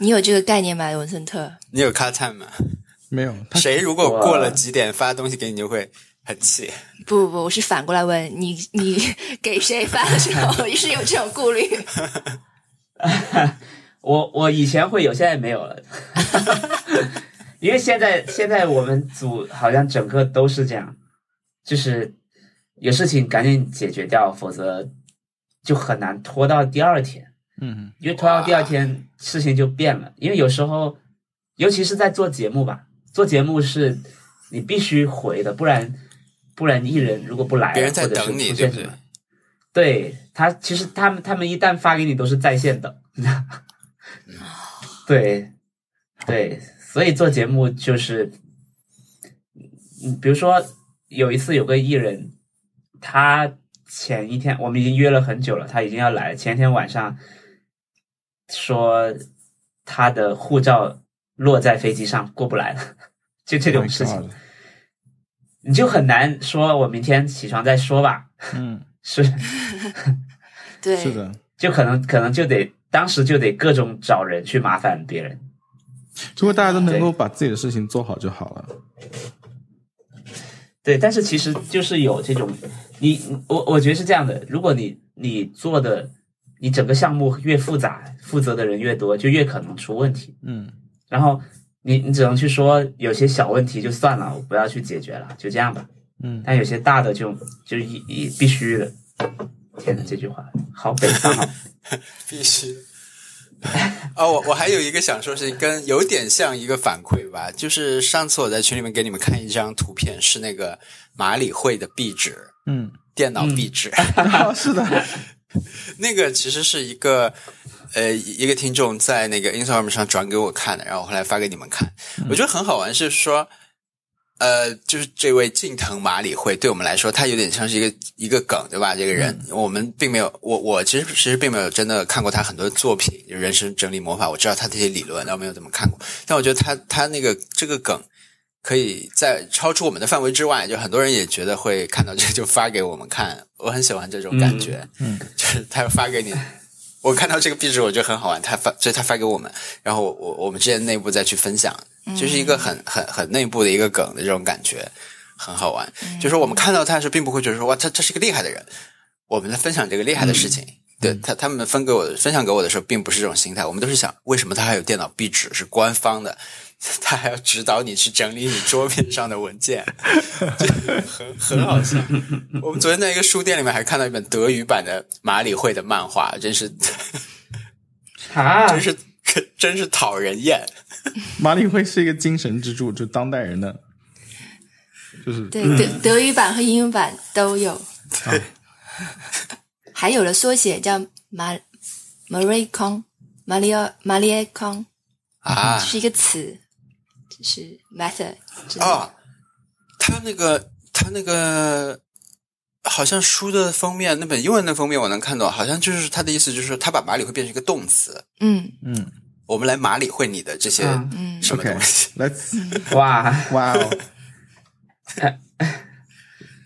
你有这个概念吗，文森特？你有 cut time 吗？没有，他谁如果过了哇几点发东西给你，就会很气。不不不，我是反过来问你， 你给谁发的时候也是有这种顾虑？我我以前会有，现在没有了，因为现在现在我们组好像整个都是这样，就是有事情赶紧解决掉，否则就很难拖到第二天。嗯因为拖到第二天事情就变了。因为有时候，尤其是在做节目吧，做节目是你必须回的，不然不然艺人如果不来啊，别人在或者是等你出对现不什对么，对他其实他们他们一旦发给你都是在线等， 对对，所以做节目就是，嗯，比如说有一次有个艺人，他前一天我们已经约了很久了，他已经要来了，前一天晚上说他的护照落在飞机上过不来了，就这种事 Oh 情，，你就很难说我明天起床再说吧，嗯，是对，是的，就可能可能就得当时就得各种找人去麻烦别人，如果大家都能够把自己的事情做好就好了。对，但是其实就是有这种，你我我觉得是这样的，如果你你做的你整个项目越复杂，负责的人越多，就越可能出问题。嗯，然后你你只能去说有些小问题就算了，我不要去解决了，就这样吧。嗯，但有些大的就就一一必须的。天哪，这句话好北方 啊！必须。 哦，我我还有一个想说是跟有点像一个反馈吧，就是上次我在群里面给你们看一张图片，是那个马里会的壁纸，嗯，电脑壁纸，啊 是的，那个其实是一个呃一个听众在那个 Instagram 上转给我看的，然后我后来发给你们看，我觉得很好玩，是说。呃，就是这位近藤麻里惠，对我们来说，他有点像是一个一个梗，对吧？这个人，我们并没有，我我其实其实并没有真的看过他很多作品，就人生整理魔法，我知道他这些理论，但我没有怎么看过。但我觉得他他那个这个梗，可以在超出我们的范围之外，就很多人也觉得会看到这个就发给我们看，我很喜欢这种感觉，嗯嗯 就是他发给你。我看到这个壁纸，我觉得很好玩，他发，所以他发给我们，然后我我我们之间内部再去分享，就是一个很很很内部的一个梗的这种感觉，很好玩。就是我们看到他是并不会觉得说哇，他这是一个厉害的人，我们在分享这个厉害的事情。对他他们分给我的分享给我的时候，并不是这种心态，我们都是想为什么他还有电脑壁纸是官方的， 他还要指导你去整理你桌面上的文件， 就很很好笑。我们昨天在一个书店里面还看到一本德语版的马里会的漫画，真是啊，真是真是讨人厌。马里会是一个精神支柱，就当代人的，就是啊对德德语版和英语版都有，还有了缩写叫马 Marie Con 马里奥马里埃康啊是一个词，就是 method 之类的哦，他那个他那个好像书的封面那本英文的封面我能看到，好像就是他的意思就是说他把马里会变成一个动词，嗯嗯我们来马里会你的这些啊嗯，什么，OK，东西。 let's 哇，哇哦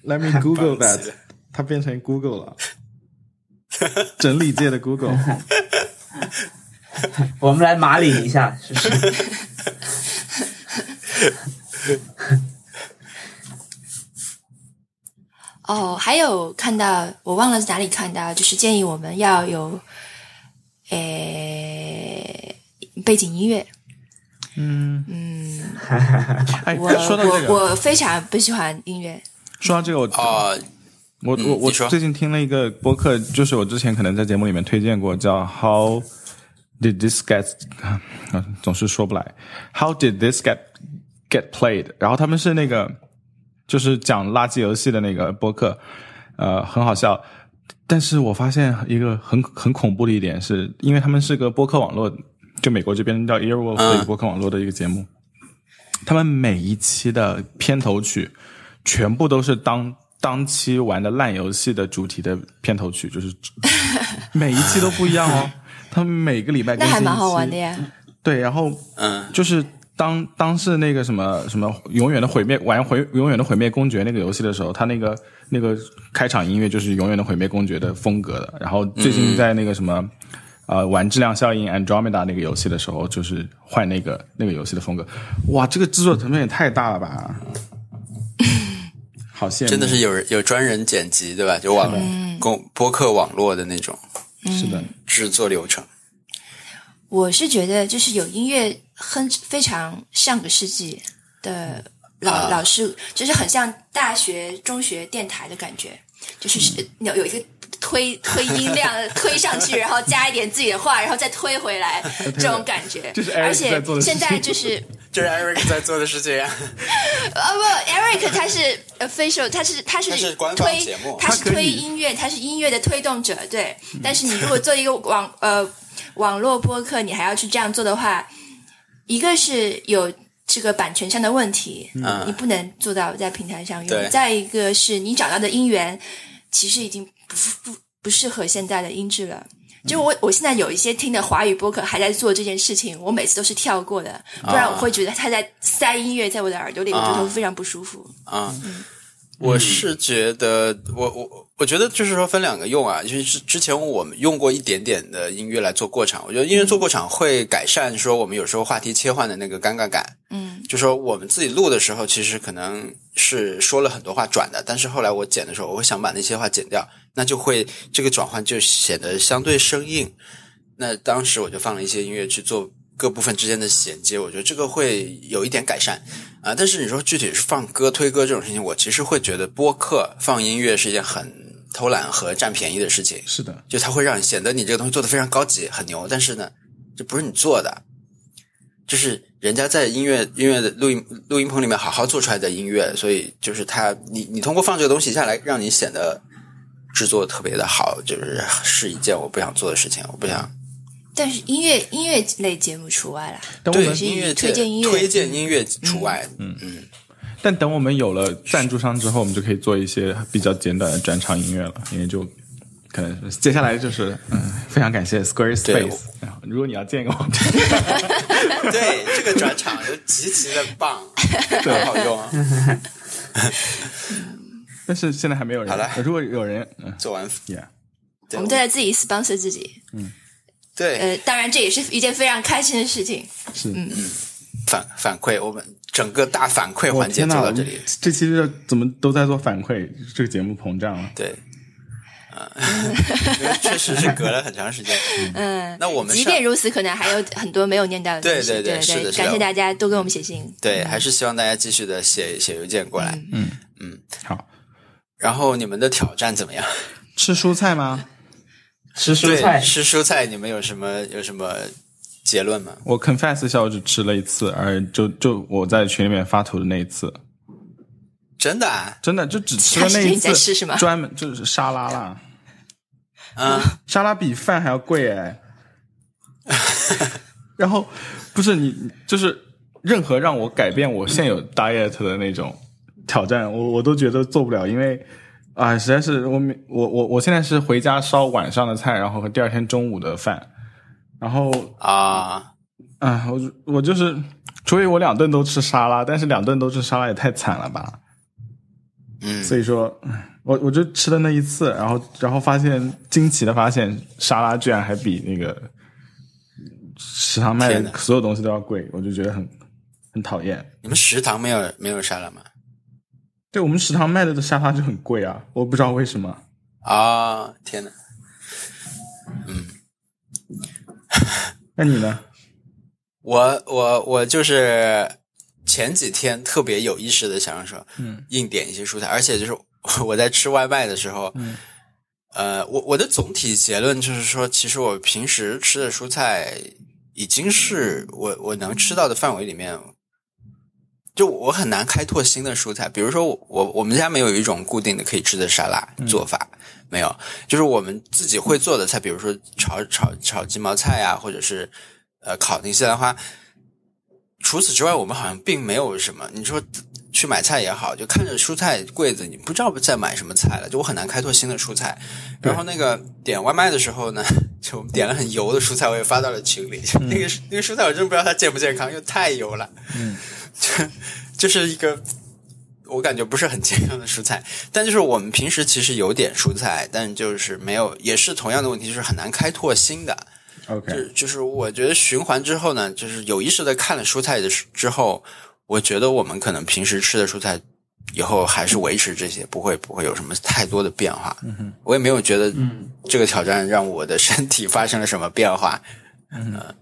，Let me Google that，它变成 Google 了，整理界的 Google，我们来马里一下，是 不是？哦，还有看到我忘了在哪里看到，就是建议我们要有背景音乐。嗯嗯，哎，我 说到这个，我我非常不喜欢音乐。说到这个，我、啊、我嗯我我你说最近听了一个播客，就是我之前可能在节目里面推荐过，叫 How did this get，啊总是说不来，How did this get get played？然后他们是那个就是讲垃圾游戏的那个播客，呃，很好笑。但是我发现一个很很恐怖的一点是，因为他们是个播客网络，就美国这边叫 Earwolf 嗯的一个播客网络的一个节目，他们每一期的片头曲全部都是当当期玩的烂游戏的主题的片头曲，就是 每一期都不一样 哦。他们每个礼拜那更新还一蛮好玩期的呀。对，然后嗯就是当当是那个什么什么永远的毁灭玩毁永远的毁灭公爵那个游戏的时候，他那个那个开场音乐就是永远的毁灭公爵的风格的。然后最近嗯在那个什么、呃玩质量效应 Andromeda 那个游戏的时候，就是换那个那个游戏的风格。哇，这个制作成本也太大了吧！ 好羡慕，真的是有人有专人剪辑对吧？就网公播客网络的那种是的，制作流程。我是觉得就是有音乐很非常上个世纪的老、啊老师，就是很像大学、中学电台的感觉，就是是嗯有有一个推推音 量推上去，然后加一点自己的话，然后再推 回来这种感觉。这是 Eric 而在且做的事现情在就是这是 Eric 在做的事情啊，啊不，Eric 他是呃 official，他是他是他推是官方节目他是他可推以嗯音乐，他是音乐的推动者，对。但是你如果做一个网呃网络播客，你还要去这样做的话，一个是有这个版权上的问题，嗯你不能做到在平台上对用；再一个是你找到的音源其实已经不不不适合现在的音质了。就嗯我我现在有一些听的华语播客还在做这件事情，我每次都是跳过的，不啊然我会觉得他在塞音乐在我的耳朵里，我觉得会非常不舒服。啊，我是觉得，我我我觉得就是说分两个用啊，就是之之前我们用过一点点的音乐来做过场，我觉得音乐做过场会改善说我们有时候话题切换的那个尴尬感，嗯就说我们自己录的时候，其实可能是说了很多话转的，但是后来我剪的时候，我会想把那些话剪掉，那就会这个转换就显得相对生硬。那当时我就放了一些音乐去做各部分之间的衔接，我觉得这个会有一点改善啊、但是你说具体是放歌推歌这种事情，我其实会觉得播客放音乐是一件很偷懒和占便宜的事情。是的，就它会让你显得你这个东西做的非常高级、很牛，但是呢，这不是你做的，就是人家在音乐音乐的录音录音棚里面好好做出来的音乐，所以就是它，你你通过放这个东西下来，让你显得制作特别的好，就是是一件我不想做的事情，我不想但是音乐音乐类节目除外啦。但我对们是以音乐界推荐音乐推荐音乐除外，嗯但等我们有了赞助商之后，我们就可以做一些比较简短的转场音乐了，因为就可能接下来就是嗯，非常感谢 Squarespace 对。然后如果你要建一个网站， 对，这个转场就极其的棒，很好用啊。但是现在还没有人。好了如果有人，嗯做完， ，Yeah，对我们都在自己 sponsor 自己，对，呃，当然这也是一件非常开心的事情。是。反反馈，我们整个大反馈我环节天做呐，到这里。这期是怎么都在做反馈，这个节目膨胀了。对，啊、因为确实是隔了很长时间。嗯，那我们即上便如此，可能还有很多没有念到的东西。对对对对是的是的感谢大家多给我们写信。对，还是希望大家继续的写写邮件过来。好，然后你们的挑战怎么样？吃蔬菜吗？吃蔬菜对，吃蔬菜，你们有什么有什么结论吗？我 confess 一下，我只吃了一次，而就就我在群里面发图的那一次，真的啊，真的就只吃了那一你次，在吃什么专门就是沙拉啦。嗯，沙拉比饭还要贵哎。 然后不是你，就是任何让我改变我现有 diet 的那种挑战，我我都觉得做不了，因为啊、实在是我每我我我现在是回家烧晚上的菜，然后和第二天中午的饭，然后啊，啊、我就我就是，除非我两顿都吃沙拉，但是两顿都吃沙拉也太惨了吧。嗯，所以说，我我就吃了那一次，然后然后发现惊奇的发现，沙拉居然还比那个食堂卖天的哪所有东西都要贵，我就觉得很很讨厌。你们食堂没有没有沙拉吗？对我们食堂卖的的沙拉就很贵啊，我不知道为什么。啊，天哪！那你呢？我我我就是前几天特别有意识的想说，嗯，硬点一些蔬菜，而且就是我在吃外卖的时候，嗯，呃，我我的总体结论就是说，其实我平时吃的蔬菜已经是我我能吃到的范围里面，就我很难开拓新的蔬菜。比如说我我我们家没有一种固定的可以吃的沙拉嗯做法，没有，就是我们自己会做的菜，比如说炒炒炒鸡毛菜啊，或者是呃烤那个西兰花。除此之外，我们好像并没有什么。你说去买菜也好，就看着蔬菜柜子，你不知道在买什么菜了，就我很难开拓新的蔬菜。对然后那个点外卖的时候呢， 就我们点了很油的蔬菜，我也发到了群里。就那个那个蔬菜我真不知道它健不健康，因为太油了。嗯， 就就是一个我感觉不是很健康的蔬菜。但就是我们平时其实有点蔬菜，但就是没有，也是同样的问题，就是很难开拓新的。就 OK，就是我觉得循环之后呢，就是有意识的看了蔬菜的时之后，我觉得我们可能平时吃的蔬菜以后还是维持这些，不会不会有什么太多的变化。嗯哼，我也没有觉得嗯，这个挑战让我的身体发生了什么变化，呃嗯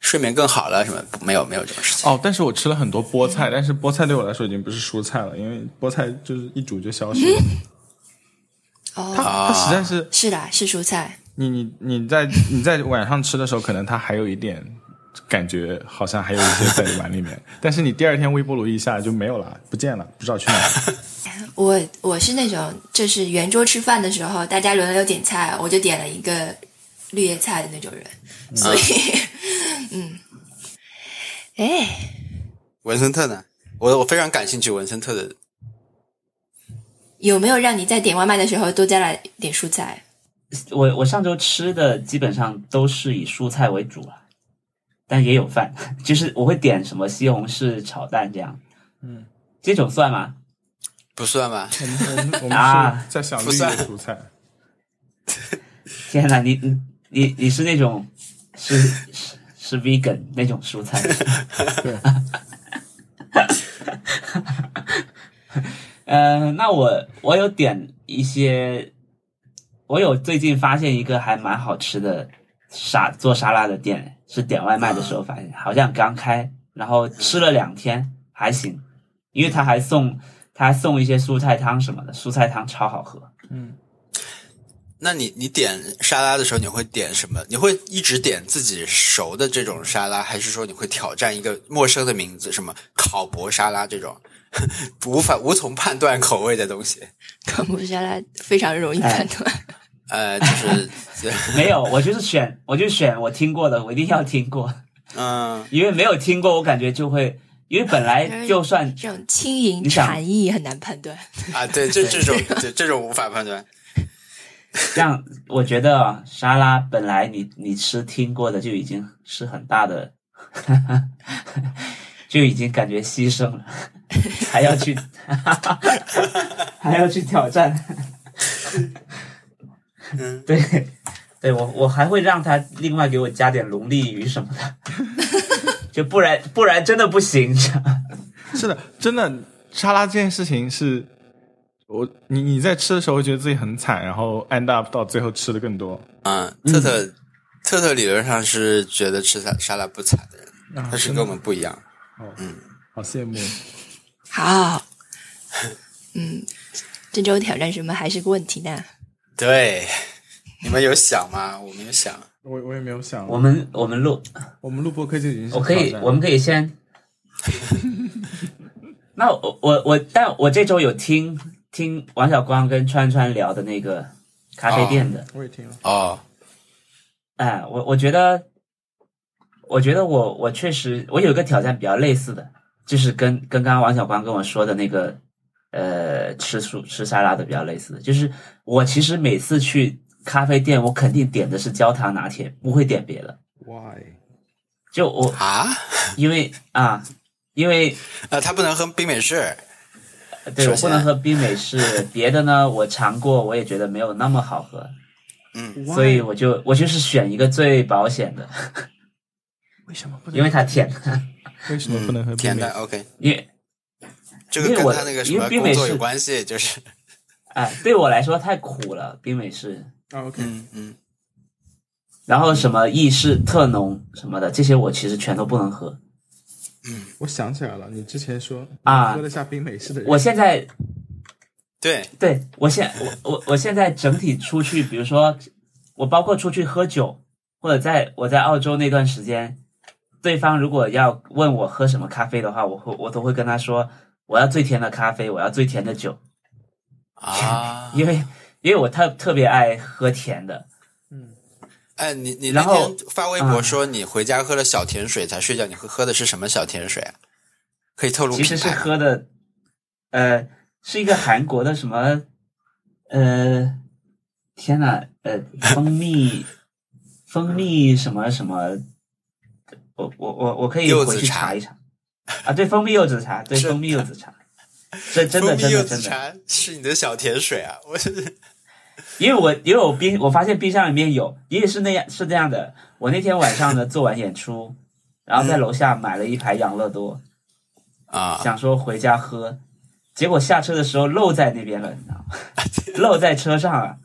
睡眠更好了什么？没有没有这种事情。哦，但是我吃了很多菠菜，但是菠菜对我来说已经不是蔬菜了，因为菠菜就是一煮就消失 了。它哦，它实在是是啦，是蔬菜，你你你在你在晚上吃的时候，可能它还有一点感觉，好像还有一些在碗里面，但是你第二天微波炉一下就没有了，不见了，不知道去哪 儿。我我是那种就是圆桌吃饭的时候，大家轮流点菜，我就点了一个绿叶菜的那种人，所以嗯，哎，文森特呢？我我非常感兴趣文森特的。有没有让你在点外卖的时候多加了点蔬菜？我我上周吃的基本上都是以蔬菜为主了、但也有饭， 就是我会点什么西红柿炒蛋这样。嗯，这种算吗？不算吧，我们我们我们啊是在想绿不算叶蔬菜，天哪，你你你你是那种是是是 vegan 那种蔬菜？对，呃，那我我有点一些，我有最近发现一个还蛮好吃的沙做沙拉的店，是点外卖的时候发现，好像刚开，然后吃了两天还行，因为他还送他还送一些蔬菜汤什么的，蔬菜汤超好喝。嗯，那你你点沙拉的时候，你会点什么？你会一直点自己熟的这种沙拉，还是说你会挑战一个陌生的名字，什么考博沙拉这种 无法无从判断口味的东西？ 科目沙拉非常容易哎判断， 呃，就是没有，我就是选，我就选我听过的，我一定要听过，嗯，因为没有听过，我感觉就会，因为本来就算这种轻盈你想禅意很难判断。啊，对，这这种对这种无法判断。这样，我觉得啊沙拉本来你你吃听过的就已经是很大的， 就已经感觉牺牲了，还要去， 还要去挑战。 对，对我我还会让他另外给我加点龙利鱼什么的， 就不然不然真的不行。是的，真的沙拉这件事情是。我你你在吃的时候会觉得自己很惨，然后 end up 到最后吃的更多，嗯，特特、特特理论上是觉得吃沙沙拉不惨的人，啊他真是跟的我们不一样。好羡慕。好，嗯，这周挑战什么还是个问题呢？对，你们有想吗？我没有想。我我也没有想，我们我们录我们录播课就已经是我可以挑，战了我们可以先。 那我我我，但我这周有听听王小光跟川川聊的那个咖啊啡店的，我也听了，哦，哎、我我觉得，我觉得我我确实我有一个挑战比较类似的，就是跟跟刚刚王小光跟我说的那个，呃，吃蔬吃沙拉的比较类似的，就是我其实每次去咖啡店，我肯定点的是焦糖拿铁，不会点别的。 Why？就我啊，因为啊，因为呃，他不能喝冰美式。对首我不先能喝冰美式，别的呢我尝过，我也觉得没有那么好喝，嗯，所以我就我就是选一个最保险的，为什么不能？因为它甜， 为什么不能喝冰嗯甜美的式？ ？OK，因为这个因为跟我他那个什因为么冰工美作有式关系，就是哎对我来说太苦了，冰美式。嗯啊，OK，嗯嗯，然后什么意式特浓什么的，这些我其实全都不能喝。我想起来了，你之前说啊喝得下冰美式的人，我现在对，对我现我我我现在整体出去，比如说我包括出去喝酒，或者在我在澳洲那段时间，对方如果要问我喝什么咖啡的话，我会我都会跟他说我要最甜的咖啡，我要最甜的酒，啊， 因为因为我特特别爱喝甜的。哎，你你那然后嗯天发微博说你回家喝了小甜水才睡觉，你喝喝的是什么小甜水啊？可以透露其品实是牌吗？啊喝的，呃，是一个韩国的什么，呃，天呐，呃，蜂蜜，蜂蜜什么什么，我我我我可以柚回子去茶查一查啊，对，蜂蜜柚子茶，对，是蜂蜜柚子茶， 这真的蜂真蜜的柚子真的，茶是你的小甜水啊！我 因为我因为我冰我发现冰箱里面有，因为是那样是这样的，我那天晚 上呢做完演出，然后在楼下买了一排养乐多，啊，想说回家喝，结果下车的时候漏在那边了，你知道吗？啊 漏在车上了。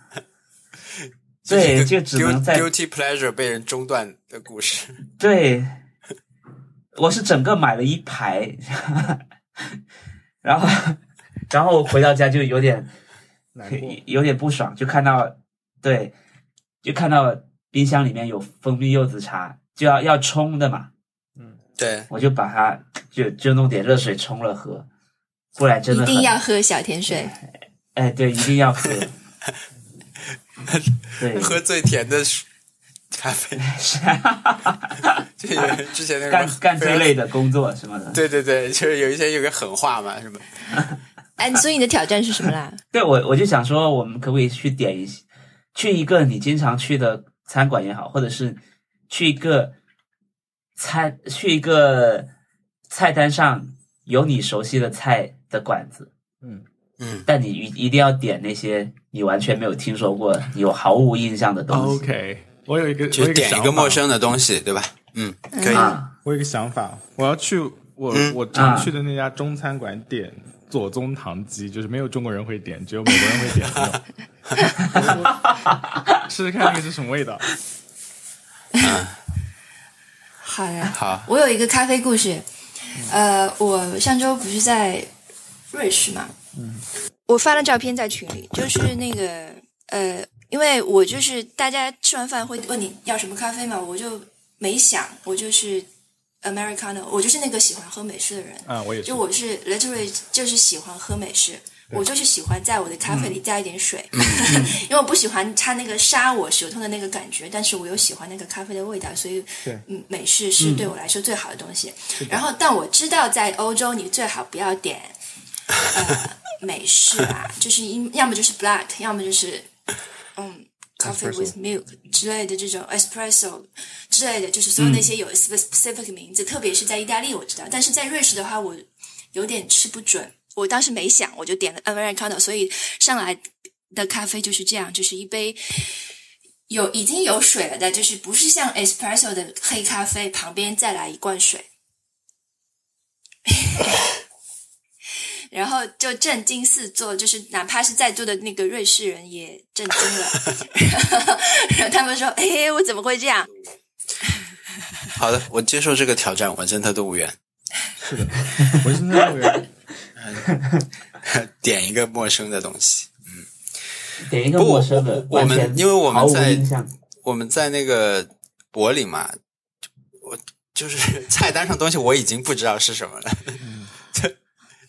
对，这就是只一个能在 guilty pleasure 被人中断的故事。对，我是整个买了一排， 然后然后回到家就有点 难过。有点不爽，就看到对，就看到冰箱里面有蜂蜜柚子茶，就要要冲的嘛，对，我就把它就就弄点热水冲了喝，不然真一的很定要喝小甜 水。哎，对，一定要 喝。对，喝最甜的水咖啡， 就有人之前那个干干这非常类的工作什么的。对对对，就是有一些有个狠话嘛，什么哎，所以你的挑战是什么啦？对，我我就想说，我们可不可以去点一去一个你经常去的餐馆也好，或者是去一个餐去一个菜单上有你熟悉的菜的馆子，嗯，嗯，但你一一定要点那些你完全没有听说过、有毫无印象的东西 OK，我有一个，我就有点一想个法陌，生的东西，对吧？嗯，可以。啊。我有一个想法，我要去我、嗯我常去的那家中餐馆点左宗棠鸡，就是没有中国人会点，只有美国人会点那种。 我试试看那个是什么味道。好呀，好，我有一个咖啡故事。呃，我上周不是在瑞士嘛，我发了照片在群里，就是那个呃，因为我就是大家吃完饭会问你要什么咖啡嘛，我就没想，我就是 Americano，我就是那个喜欢喝美式的人，啊，我也是就。我是 literally 就是喜欢喝美式，我就是喜欢在我的咖啡里加一点水， 因为我不喜欢它那个杀我舌头的那个感觉，但是我又喜欢那个咖啡的味道，所以对嗯，美式是对我来说最好的东西。然后，但我知道在欧洲你最好不要点呃美式啊， 就是一要么就是 black，要么就是嗯。Coffee Espresso with milk 之类的这种 espresso 之类的，就是所有那些有 spe- specific 名字，特别是在意大利我知道，但是在瑞士的话，我有点吃不准。我当时没想，我就点了 Americano，所以上来的咖啡就是这样，就是一杯有已经有水了的，就是不是像 espresso 的黑咖啡，旁边再来一罐水。 然后就震惊四座，就是哪怕是在座的那个瑞士人也震惊了， 然后然后他们说：“ 哎，我怎么会这样好的，我接受这个挑战，文森特动物园。我是那个 点一个陌生的东西。点一个不陌生的，我我完全们因为我们毫无在印象。我们在那个柏林嘛，我就是菜单上东西我已经不知道是什么了， 就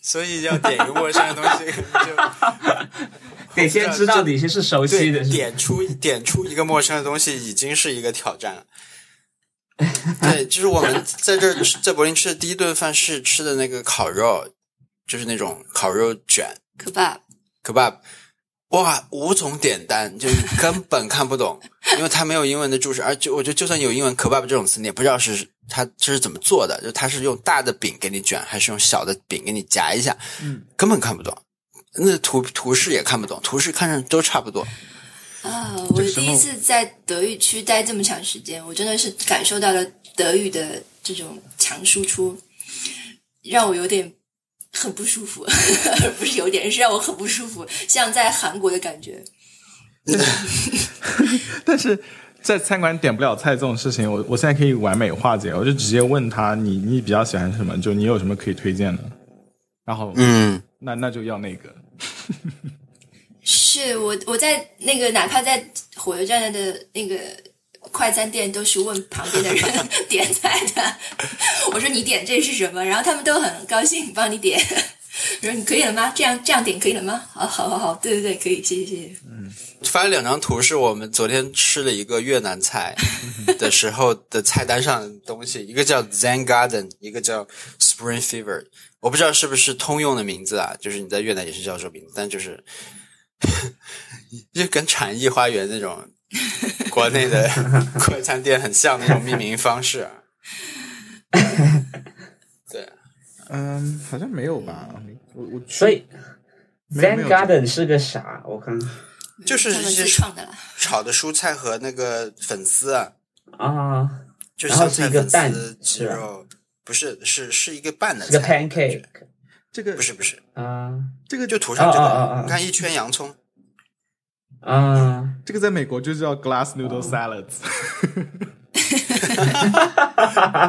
所以要点一个陌生的东西，就得先 知道哪些是熟悉的，对是吧点出点出一个陌生的东西已经是一个挑战了。对，就是我们在这儿吃在柏林吃的第一顿饭是吃的那个烤肉，就是那种烤肉卷， ？”Kebab， kebab，哇，无从点单，就是你根本看不懂，因为它没有英文的注释，而且我觉得就算有英文 kebab 这种词，你也不知道是它这是怎么做的，就它是用大的饼给你卷，还是用小的饼给你夹一下，嗯，根本看不懂。那图图示也看不懂，图示看上去都差不多。啊、这我时候第一次在德语区待这么长时间，我真的是感受到了德语的这种强输出，让我有点很不舒服， 不是有点，是让我很不舒服，像在韩国的感觉。 但是在餐馆点不了菜这种事情，我我现在可以完美化解，我就直接问他你你比较喜欢什么，就你有什么可以推荐的，然后、嗯，那那就要那个，是我我在那个哪怕在火车站的那个快餐店，都是问旁边的 人点菜的。我说你点这是什么？然后他们都很高兴帮你点。我说你可以了吗？这样这样点可以了吗？好好好好，对对对，可以，谢谢谢谢。发了两张图，是我们昨天吃了一个越南菜的时候的菜单上的东西，一个叫 Zen Garden，一个叫 Spring Fever。我不知道是不是通用的名字啊，就是你在越南也是叫这个名字，但就是 就跟禅意花园那种国内的快餐店很像的那种命名方式、啊。对，嗯，好像没有吧，我我去所以没有没 Zen 有这 Garden 是个啥？我看就是他们一自些创的啦。炒的蔬菜和那个粉丝啊，啊，就是然后香是菜一个粉蛋丝鸡是吧肉，不是是是一个拌的是个菜 pancake 这个不是不是，啊这个就涂上这哦哦哦哦个哦，你看一圈洋葱，啊，这个在美国就叫 glass noodle salads，、哦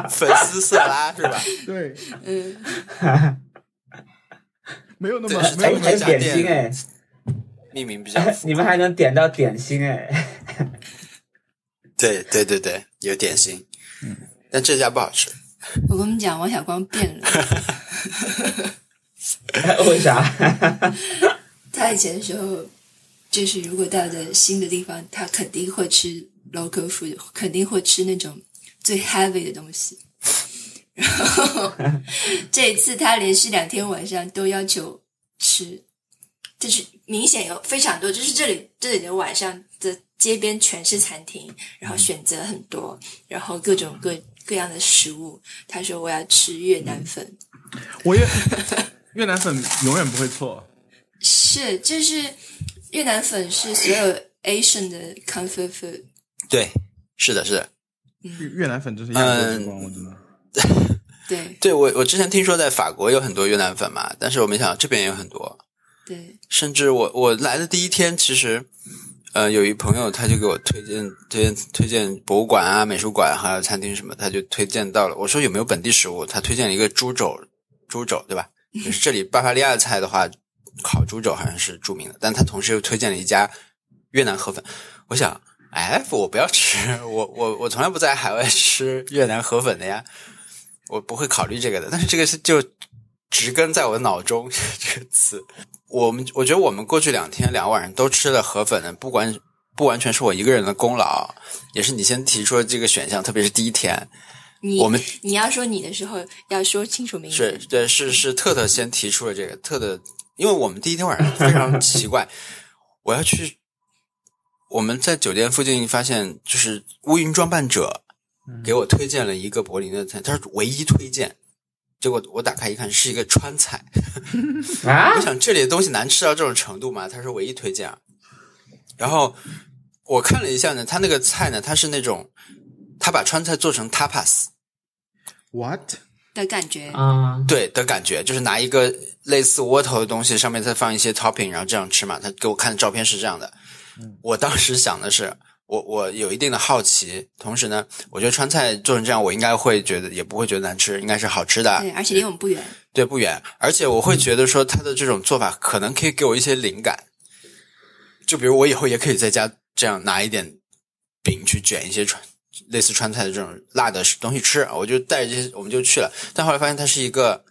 粉丝色拉是吧？ 对，嗯，没有那么对没有那这哎，么还有家店点心哎，命名比较复 你们还能点到点心哎， 对对对对，有点心，嗯但这家不好吃，我跟你们讲，王小光变了。为啥？他以前的时候，就是如果到的新的地方，他肯定会吃 local food，肯定会吃那种最 heavy 的东西。然后这一次他连续两天晚上都要求吃，就是明显有非常多，就是这里这里的晚上的街边全是餐厅，然后选择很多，然后各种各各样的食物。他说我要吃越南粉，我也越南粉永远不会错，是，就是越南粉是所有 Asian 的 comfort food。对，是的是的，越越南粉就是亚洲之光，我真的。对对我我之前听说在法国有很多越南粉嘛，但是我没想到这边也有很多，对，甚至我我来的第一天，其实，呃，有一朋友他就给我推荐推荐推荐博物馆啊、美术馆还有餐厅什么，他就推荐到了。我说有没有本地食物？他推荐了一个猪肘，猪肘对吧？就是这里巴伐利亚菜的话，烤猪肘好像是著名的，但他同时又推荐了一家越南河粉。我想，哎，我不要吃，我我我从来不在海外吃越南河粉的呀，我不会考虑这个的。但是这个是就植根在我脑中 这个词。我们我觉得我们过去两天两个晚上都吃了河粉的，不管不完全是我一个人的功劳，也是你先提出了这个选项，特别是第一天，你我们你要说你的时候要说清楚明白。是对是是特特先提出了这个特特，因为我们第一天晚上非常奇怪，我要去，我们在酒店附近发现就是乌云装扮者给我推荐了一个柏林的菜，他是唯一推荐，结果我打开一看是一个川菜，啊我，想这里的东西难吃到这种程度吗？他说唯一推荐啊。然后我看了一下呢，他那个菜呢，它是那种他把川菜做成 tapas What？的感觉，嗯啊，对的感觉，就是拿一个类似窝头的东西，上面再放一些 topping，然后这样吃嘛。他给我看的照片是这样的，我当时想的是。我我有一定的好奇，同时呢，我觉得川菜做成这样，我应该会觉得也不会觉得难吃，应该是好吃的。对，而且离我们不远。对，不远，而且我嗯会觉得说他的这种做法可能可以给我一些灵感，就比如我以后也可以在家这样拿一点饼去卷一些川类似川菜的这种辣的东西吃，啊我就带着这些我们就去了，但后来发现它是一个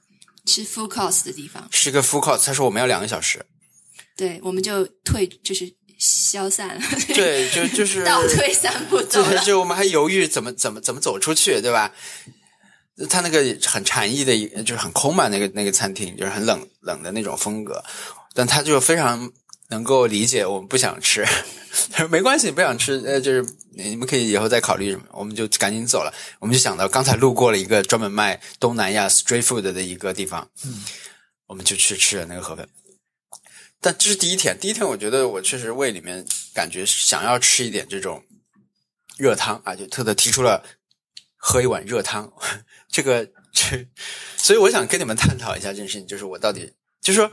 吃 full cost 的地方，是一个 full cost，他说我们要两个小时，对，我们就退，就是消散了，对，就就是 倒退三步走这才了。是我们还犹豫怎么怎么怎么走出去，对吧？他那个很禅意的一，就是很空嘛，那个那个餐厅就是很冷冷的那种风格，但他就非常能够理解我们不想吃，他说没关系，不想吃，呃，就是你们可以以后再考虑什么，我们就赶紧走了。我们就想到刚才路过了一个专门卖东南亚 street food 的一个地方，我们就去吃了那个河粉。但这是第一天，第一天我觉得我确实胃里面感觉想要吃一点这种热汤啊，就特特提出了喝一碗热汤， 这个这，所以我想跟你们探讨一下这件事情，就是我到底就是说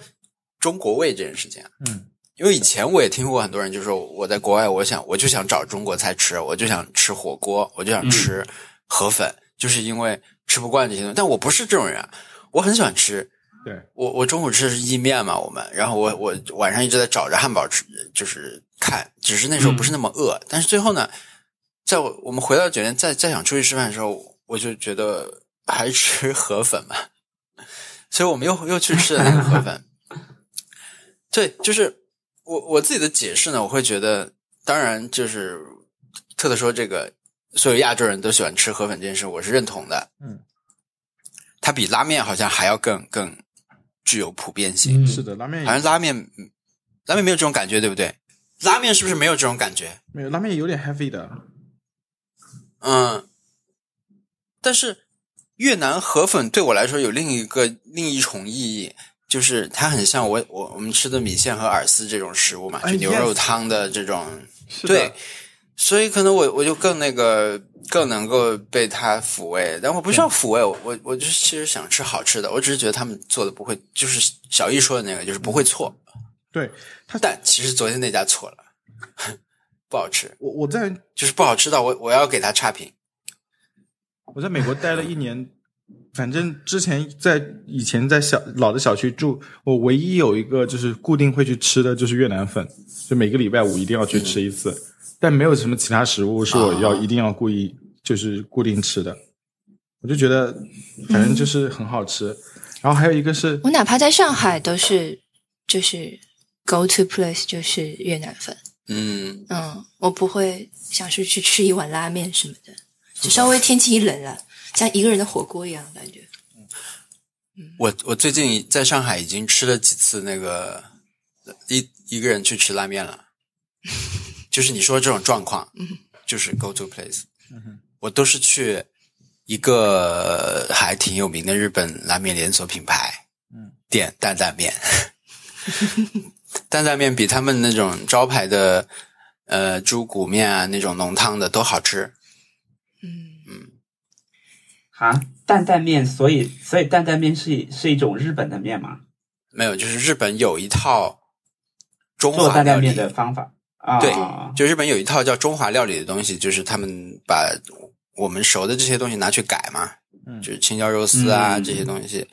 中国胃这件事情啊，嗯，因为以前我也听过很多人就说我在国外，我想我就想找中国菜吃，我就想吃火锅，我就想吃河粉，就是因为吃不惯这些东西。但我不是这种人啊，我很喜欢吃。对我我中午吃的是意面嘛，我们，然后我我晚上一直在找着汉堡吃，就是看，只是那时候不是那么饿。但是最后呢，在我我们回到酒店再再想出去吃饭的时候，我就觉得还是吃 河粉吧，所以我们又又去吃了那个河粉。对，就是我我自己的解释呢，我会觉得，当然就是特特说这个所有亚洲人都喜欢吃河粉这件事，我是认同的。嗯，它比拉面好像还要更更具有普遍性，嗯是的，拉面好也像拉面拉面没有这种感觉，对不对？拉面是不是没有这种感觉？没有，拉面有点 heavy 的，嗯，但是越南河粉对我来说有另一个另一重意义，就是它很像我我我们吃的米线和饵丝这种食物嘛，哎就牛 yes 肉汤的这种。是的对，所以可能我我就更那个更能够被它抚慰，但我不需要抚慰，我我我就是其实想吃好吃的，我只是觉得他们做的不会，就是小易说的那个，就是不会错。对他但其实昨天那家错了， 不好吃，我我在就是不好吃到我我要给他差评。我在美国待了一年，反正之前在以前在小老的小区住，我唯一有一个就是固定会去吃的就是越南粉，就每个礼拜五一定要去吃一次，但没有什么其他食物是我要啊一定要故意就是固定吃的，我就觉得反正就是很好吃。然后还有一个是我哪怕在上海都是就是 go to place 就是越南粉，嗯，嗯，我不会想是去吃一碗拉面什么的，就稍微天气一冷了，像一个人的火锅一样感觉。我我最近在上海已经吃了几次那个一一个人去吃拉面了， 就是你说这种状况，就是 go to place，我嗯都是去一个还挺有名的日本拉面连锁品牌，嗯，店担担面， 担担面比他们那种招牌的呃猪骨面啊那种浓汤的都好吃，嗯，啊，担担面，所以所以担担面是是一种日本的面嘛，没有，就是日本有一套中做华担料担理面的方法啊，对啊，就日本有一套叫中华料理的东西，就是他们把我们熟的这些东西拿去改嘛，嗯就是青椒肉丝啊、嗯这些东西。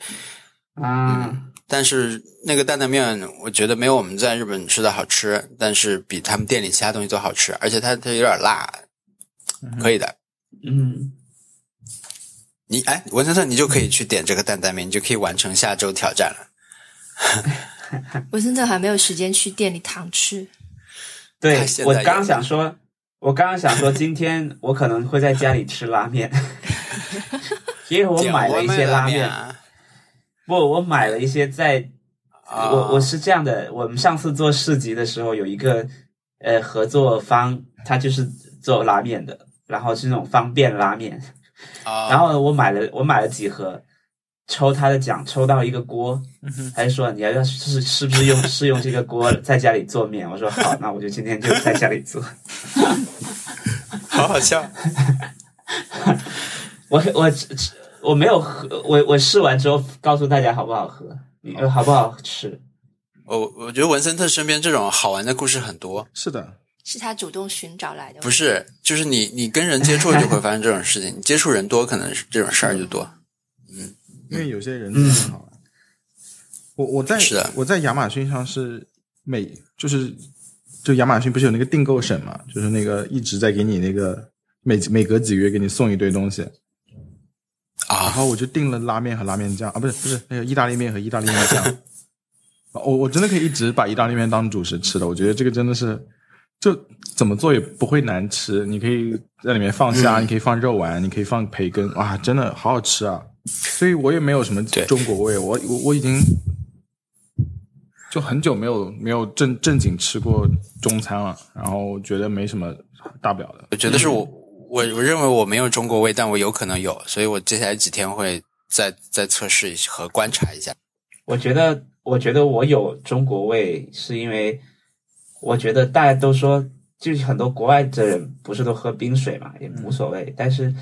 啊但是那个担担面，我觉得没有我们在日本吃的好吃，但是比他们店里其他东西都好吃，而且它它有点辣，可以的。嗯，你哎，文森特，你就可以去点这个担担面，你就可以完成下周挑战了。我真的还没有时间去店里堂吃。对他现在我有刚想说，我刚刚想说，今天我可能会在家里吃 拉面，因为我点买外了一卖些拉拉面，啊，不，我买了一些在啊我我是这样的，我们上次做市集的时候，有一个呃合作方，他就是做拉面的，然后是那种方便拉面，啊然后呢我买了我买了几盒，抽他的奖，抽到一个锅，嗯他就说你要要试是不是用试用这个锅在家里做面？我说好，那我就今天就在家里做。好好笑，我我我没有喝，我我试完之后告诉大家好不好喝，你好不好吃？我我觉得文森特身边这种好玩的故事很多。是的，是他主动寻找来的吗，不是，就是你你跟人接触就会发生这种事情，你接触人多，可能是这种事儿就多。因为有些人真的很好玩。我我在嗯是的我在亚马逊上是每就是就亚马逊不是有那个订购省嘛，就是那个一直在给你那个每每隔几个月给你送一堆东西，然啊，后我就订了拉面和拉面酱啊，不是不是那个意大利面和意大利面酱。啊我我真的可以一直把意大利面当主食吃的，我觉得这个真的是，就怎么做也不会难吃。你可以在里面放虾，你可以放肉丸，你可以放培根，哇，真的好好吃啊！所以我也没有什么对中国味，我我我已经就很久没有没有正正经吃过中餐了，然后我觉得没什么大不了的。我觉得是我我我认为我没有中国味，但我有可能有，所以我接下来几天会再再测试一下和观察一下。我觉得，我觉得我有中国味，是因为我觉得大家都说，就是很多国外的人不是都喝冰水嘛，也无所谓。但是，哎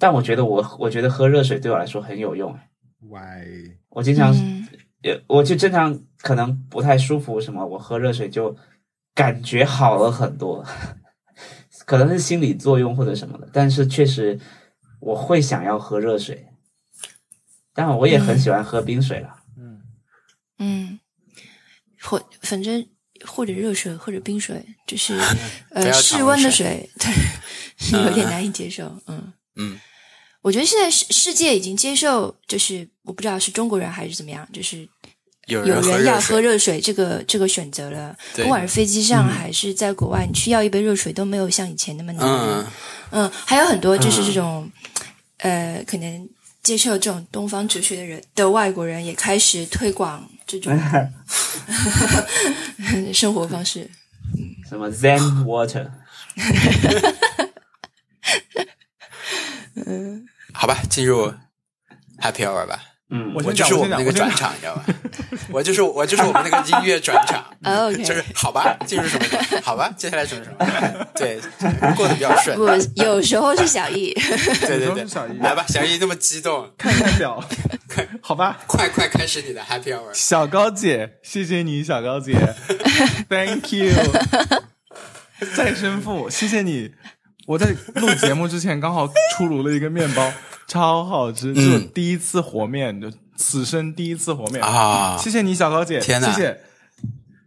但我觉得我，我觉得喝热水对我来说很有用。喂，我经常嗯也我就正常可能不太舒服什么，我喝热水就感觉好了很多，可能是心理作用或者什么的，但是确实我会想要喝热水，但我也很喜欢喝冰水了。嗯，或反正或者热水或者冰水，就是 不呃要常室温的温水， 对，是有点难以接受。嗯，嗯，我觉得现在世世界已经接受，就是我不知道是中国人还是怎么样，就是有有人喝人热要喝水，热水这个这个选择了，对嗯不管是飞机上还是在国外，你去要一杯热水都没有像以前那么难。嗯，嗯，还有很多就是嗯这种，嗯呃，可能接受这种东方哲学的人的外国人也开始推广 这种 生活方式。，什么 Zen Water，好吧，进入 Happy Hour 吧。嗯，我我先就讲是我我先讲我们那个先转讲场，你知道吗？我就是我就是我们那个音乐转场哦 OK 就是好吧，进入什么什么，好吧，接下来什么什么，对，过得比较顺，我有时候是小易，对有对时候对是小姨，来吧，小姨那么激动，看看表， 好吧。快快开始你的 Happy Hour，小高姐，谢谢你，小高 姐，Thank you，再生父，谢谢你。我在录节目之前刚好出炉了一个面包，超好嗯吃，这是我第一次和面，就此生第一次和面啊谢谢你，小高姐，天哪谢谢。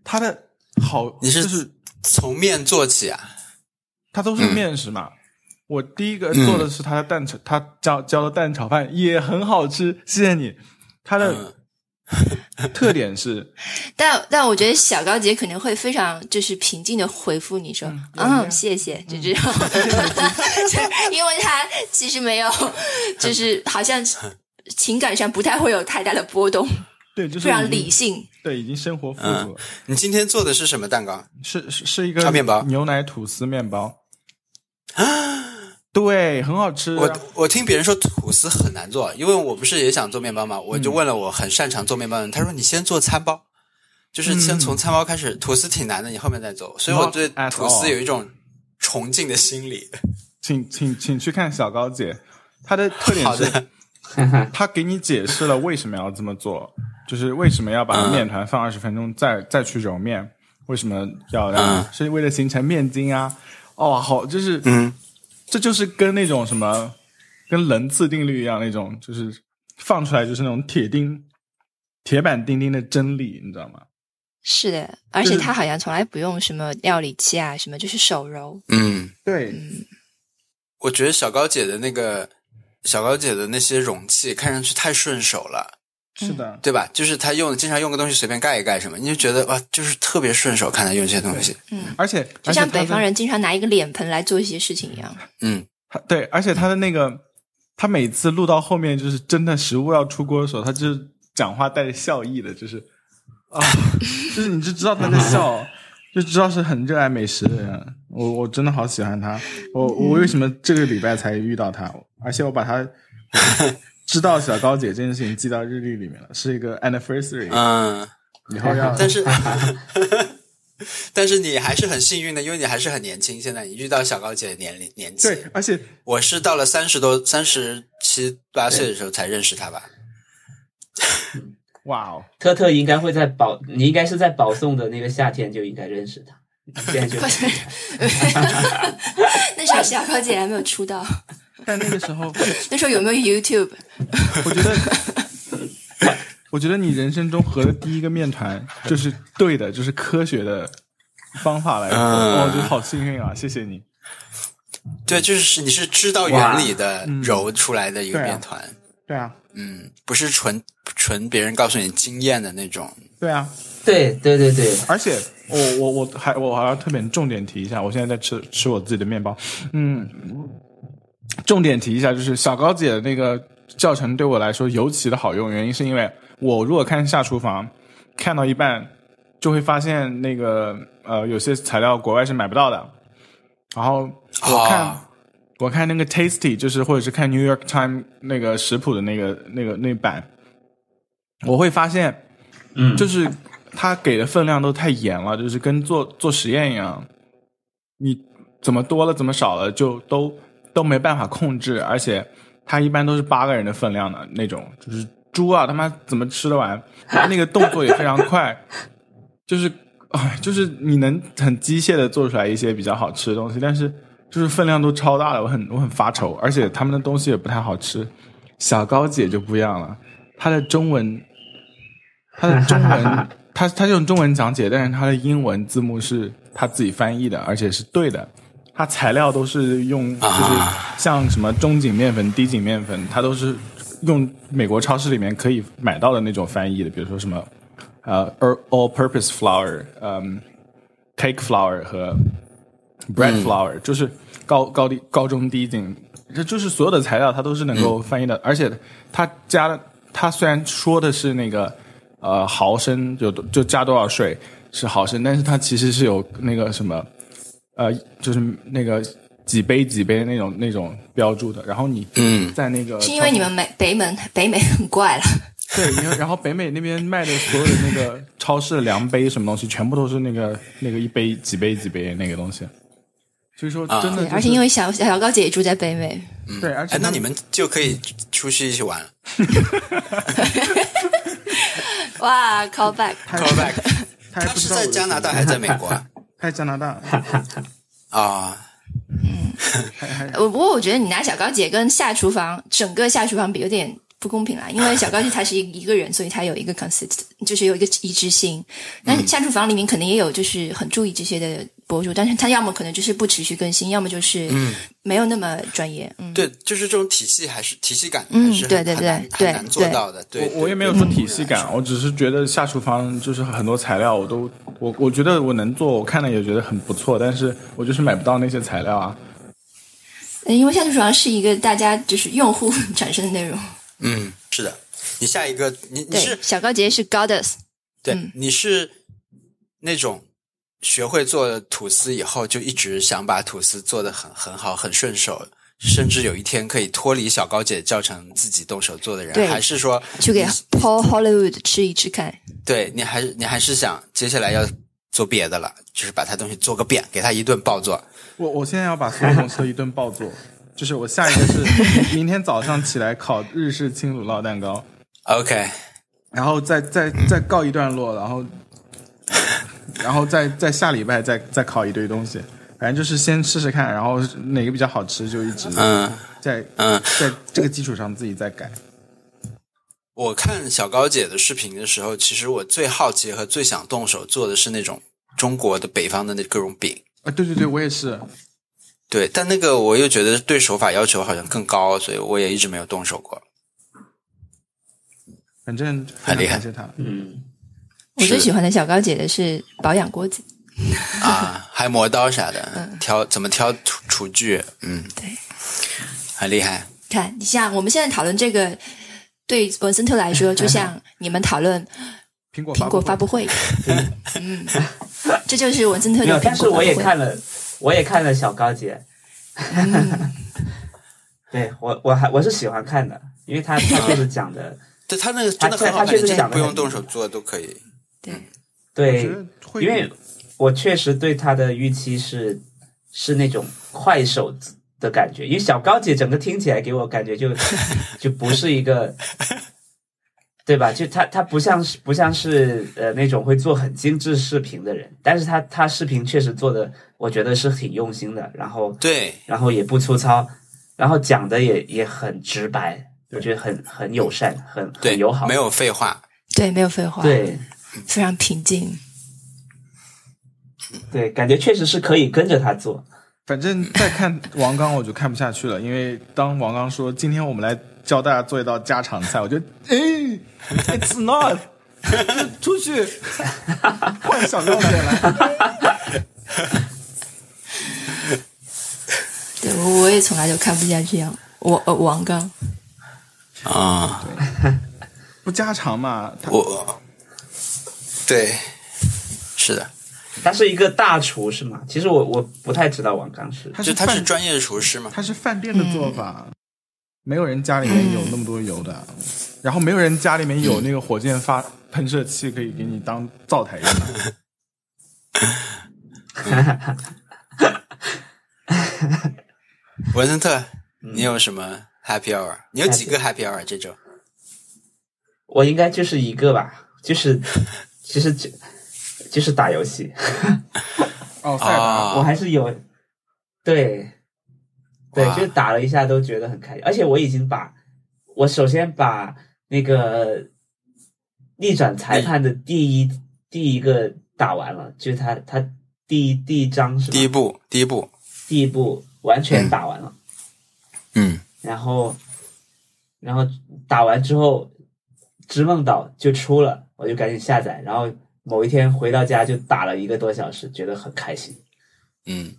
她的好，你是就是从面做起啊，它都是嗯面食嘛。我第一个做的是它的蛋炒，它教教的蛋炒饭也很好吃，谢谢你。它的嗯特点是，但但我觉得小高姐可能会非常就是平静的回复你说，嗯，谢谢，就 这种，因为她其实没有，就是好像情感上不太会有太大的波动，对，就是非常已经理性。对，已经生活富足嗯了，你今天做的是什么蛋糕？是是是一个啊面包啊牛奶吐司面包，对，啊很好吃、我我听别人说吐司很难做，因为我不是也想做面包嘛，嗯我就问了我很擅长做面包的人，他说你先做餐包，就是先从餐包开始，吐司挺难的，你后面再做。所以我对嗯 Not at 吐司有一种崇敬的心理。请请请去看小高姐，她的特点好是的， 她给你解释了为什么要这么做，就是为什么要把嗯面团放二十分钟再再去揉面，为什么要让、嗯是为了形成面筋啊？哦，好，就是嗯，这就是跟那种什么跟棱次定律一样，那种就是放出来就是那种铁钉、铁板钉钉的真理，你知道吗？是的，而且就是她好像从来不用什么料理器啊，什么就是手揉。嗯，对，我觉得小高姐的那个小高姐的那些容器看上去太顺手了，嗯是的。对吧？就是她用经常用个东西随便盖一盖什么，你就觉得哇，就是特别顺手，看她用这些东西。而且就像北方，而且人经常拿一个脸盆来做一些事情一样。嗯，他的他对，而且他的那个，他每次录到后面，就是真的食物要出锅的时候，他就是讲话带着笑意的，就是啊， 就是你就知道他在笑，就知道是很热爱美食的人。我我真的好喜欢他，我嗯我为什么这个礼拜才遇到他？而且我把 他知道小高姐这件事情记到日历里面了，是一个 anniversary，嗯，以后要但是， 但是你还是很幸运的，因为你还是很年轻。现在你遇到小高姐的年龄年纪，对，而 且我是到了三十多、三十七八岁的时候才认识她吧。哇哦，特特应该会在保，你应该是在保送的那个夏天就应该认识他，你现在就 不是，那时候小高姐还没有出道，但那个时候。那时候有没有 YouTube？我觉得，我觉得你人生中合的第一个面 团就是对的，就是科学的方法来做，嗯哦我觉得好幸运啊！谢谢你。对，就是你是知道原理的揉出来的一个嗯对啊面团，对啊，嗯不是纯纯别人告诉你经验的那种。对啊，对对对对，而且我我我还我还要特别重点提一下，我现在在吃吃我自己的面包，嗯，重点提一下就是小高姐的那个教程对我来说尤其的好用，原因是因为我如果看下厨房，看到一半就会发现那个呃有些材料国外是买不到的，然后我看、啊我看那个 Tasty，就是或者是看 New York Times 那个食谱的那个那个那版，我会发现。嗯，就是他给的分量都太严了，就是跟做做实验一样，你怎么多了怎么少了就都都没办法控制，而且他一般都是八个人的分量的那种，就是猪啊，他妈怎么吃得完？ 他那个动作也非常快，就是哎，就是你能很机械的做出来一些比较好吃的东西，但是就是分量都超大的，我很我很发愁，而且他们的东西也不太好吃。小高姐就不一样了，她的中文，她的中文，她她用中文讲解，但是她的英文字幕是她自己翻译的，而且是对的。它材料都是用，就是像什么中筋面粉、低筋面粉，它都是用美国超市里面可以买到的那种翻译的，比如说什么呃 all-purpose flour，嗯、cake flour 和 bread flour，、就是高高低高中低筋，这就是所有的材料它都是能够翻译的，而且它加了，它虽然说的是那个呃毫升就就加多少税是毫升，但是它其实是有那个什么。呃，就是那个几杯几杯那种那种标注的。然后你嗯在那个是因为你们美北门北美很怪了， 对，因为然后北美那边卖的所有的那个超市的量杯什么东西，全部都是那个那个一杯几杯几杯那个东西。所以说，啊真的、对，就是 而且因为小小高姐也住在北美，对，而且哎，那他你们就可以出去一起玩了。哇，call back， Callback，他还他不是知道在我的加拿存大在还是在美 国啊？他在加拿大，啊，呃我不过我觉得你拿小高姐跟下厨房整个下厨房比有点不公平啦，因为小高姐她是一一个人，所以她有一个 consist，就是有一个一致性。嗯但是下厨房里面可能也有就是很注意这些的博主，但是她要么可能就是不持续更新，要么就是嗯没有那么专业。嗯，对，就是这种体系还是体系感，嗯还是很对对很难对很难做对到的。对，我我也没有说体系感，我只是觉得下厨房就是很多材料我都我我觉得我能做，我看了也觉得很不错，但是我就是买不到那些材料啊。呃因为下厨房是一个大家就是用户产生的内容。嗯，是的。你下一个，你你对是，小高姐是 goddess，对嗯，你是那种学会做吐司以后，就一直想把吐司做得很很好、很顺手，甚至有一天可以脱离小高姐教程自己动手做的对人，还是说去给你 Paul Hollywood 吃一吃看。对你还是你还是想接下来要做别的了，就是把他东西做个遍，给他一顿暴做。我我现在要把所有东西都一顿暴做，就是我下一个是明天早上起来烤日式轻乳酪蛋糕， OK，然后再再再告一段落，然后 然后再再下礼拜再再烤一堆东西，反正就是先试试看，然后哪个比较好吃就一直嗯在嗯，在这个基础上自己再改。我看小高姐的视频的时候，其实我最好奇和最想动手做的是那种中国的北方的那各种饼。啊，对对对，我也是，对，但那个我又觉得对手法要求好像更高，所以我也一直没有动手过。反正很厉害非常感谢他。嗯，我最是喜欢的小高姐的是保养锅子。啊，还磨刀啥的，挑怎么挑厨厨具，嗯，对，很厉害。看，你像我们现在讨论这个，对文森特 来说，就像你们讨论苹果苹果发发布布会，嗯，这就是文森特没的有，苹但是果发我也布会。看了，我也看了小高姐， 对我我还我是喜欢看的，因为她她确实讲的，对他那个真的很好他看，确实你真的讲得不用很动手做都可以。我对觉，得会因为我确实对她的预期是是那种快手的感觉，因为小高姐整个听起来给我感觉就就不是一个，对吧？就她她不像是不像是呃那种会做很精致视频的人，但是她她视频确实做的，我觉得是挺用心的，然后对，然后也不粗糙，然后讲的也也很直白，我觉得很很友善，很对，很友好，没有废话。对，没有废话，，对非常平静。对，感觉确实是可以跟着他做。反正再看王刚我就看不下去了，因为当王刚说今天我们来教大家做一道家常菜，我就哎，It's not，出去换小高姐来。对，我我也从来就看不下去啊。我呃，王刚，嗯啊、不家常嘛，他我对，是的，他是一个大厨是吗？其实我我不太知道王刚是他就是他是饭专业厨师嘛，他是饭店的做法，没有人家里面有那么多油的，然后没有人家里面有那个火箭发喷射器可以给你当灶台用的。嗯文森特，你有什么 happy hour？你有几个 happy hour 这周？我应该就是一个吧，就是其实就就是打游戏， 哦，塞尔啊，我还是有对对，哇就打了一下都觉得很开心，而且我已经把我首先把那个逆转裁判的 第一第一个打完了，就是他他第一第一章是吧第一步，第一步，第一部完全打完了。嗯，然后，然后打完之后，知梦岛就出了，我就赶紧下载。然后某一天回到家就打了一个多小时，觉得很开心。嗯，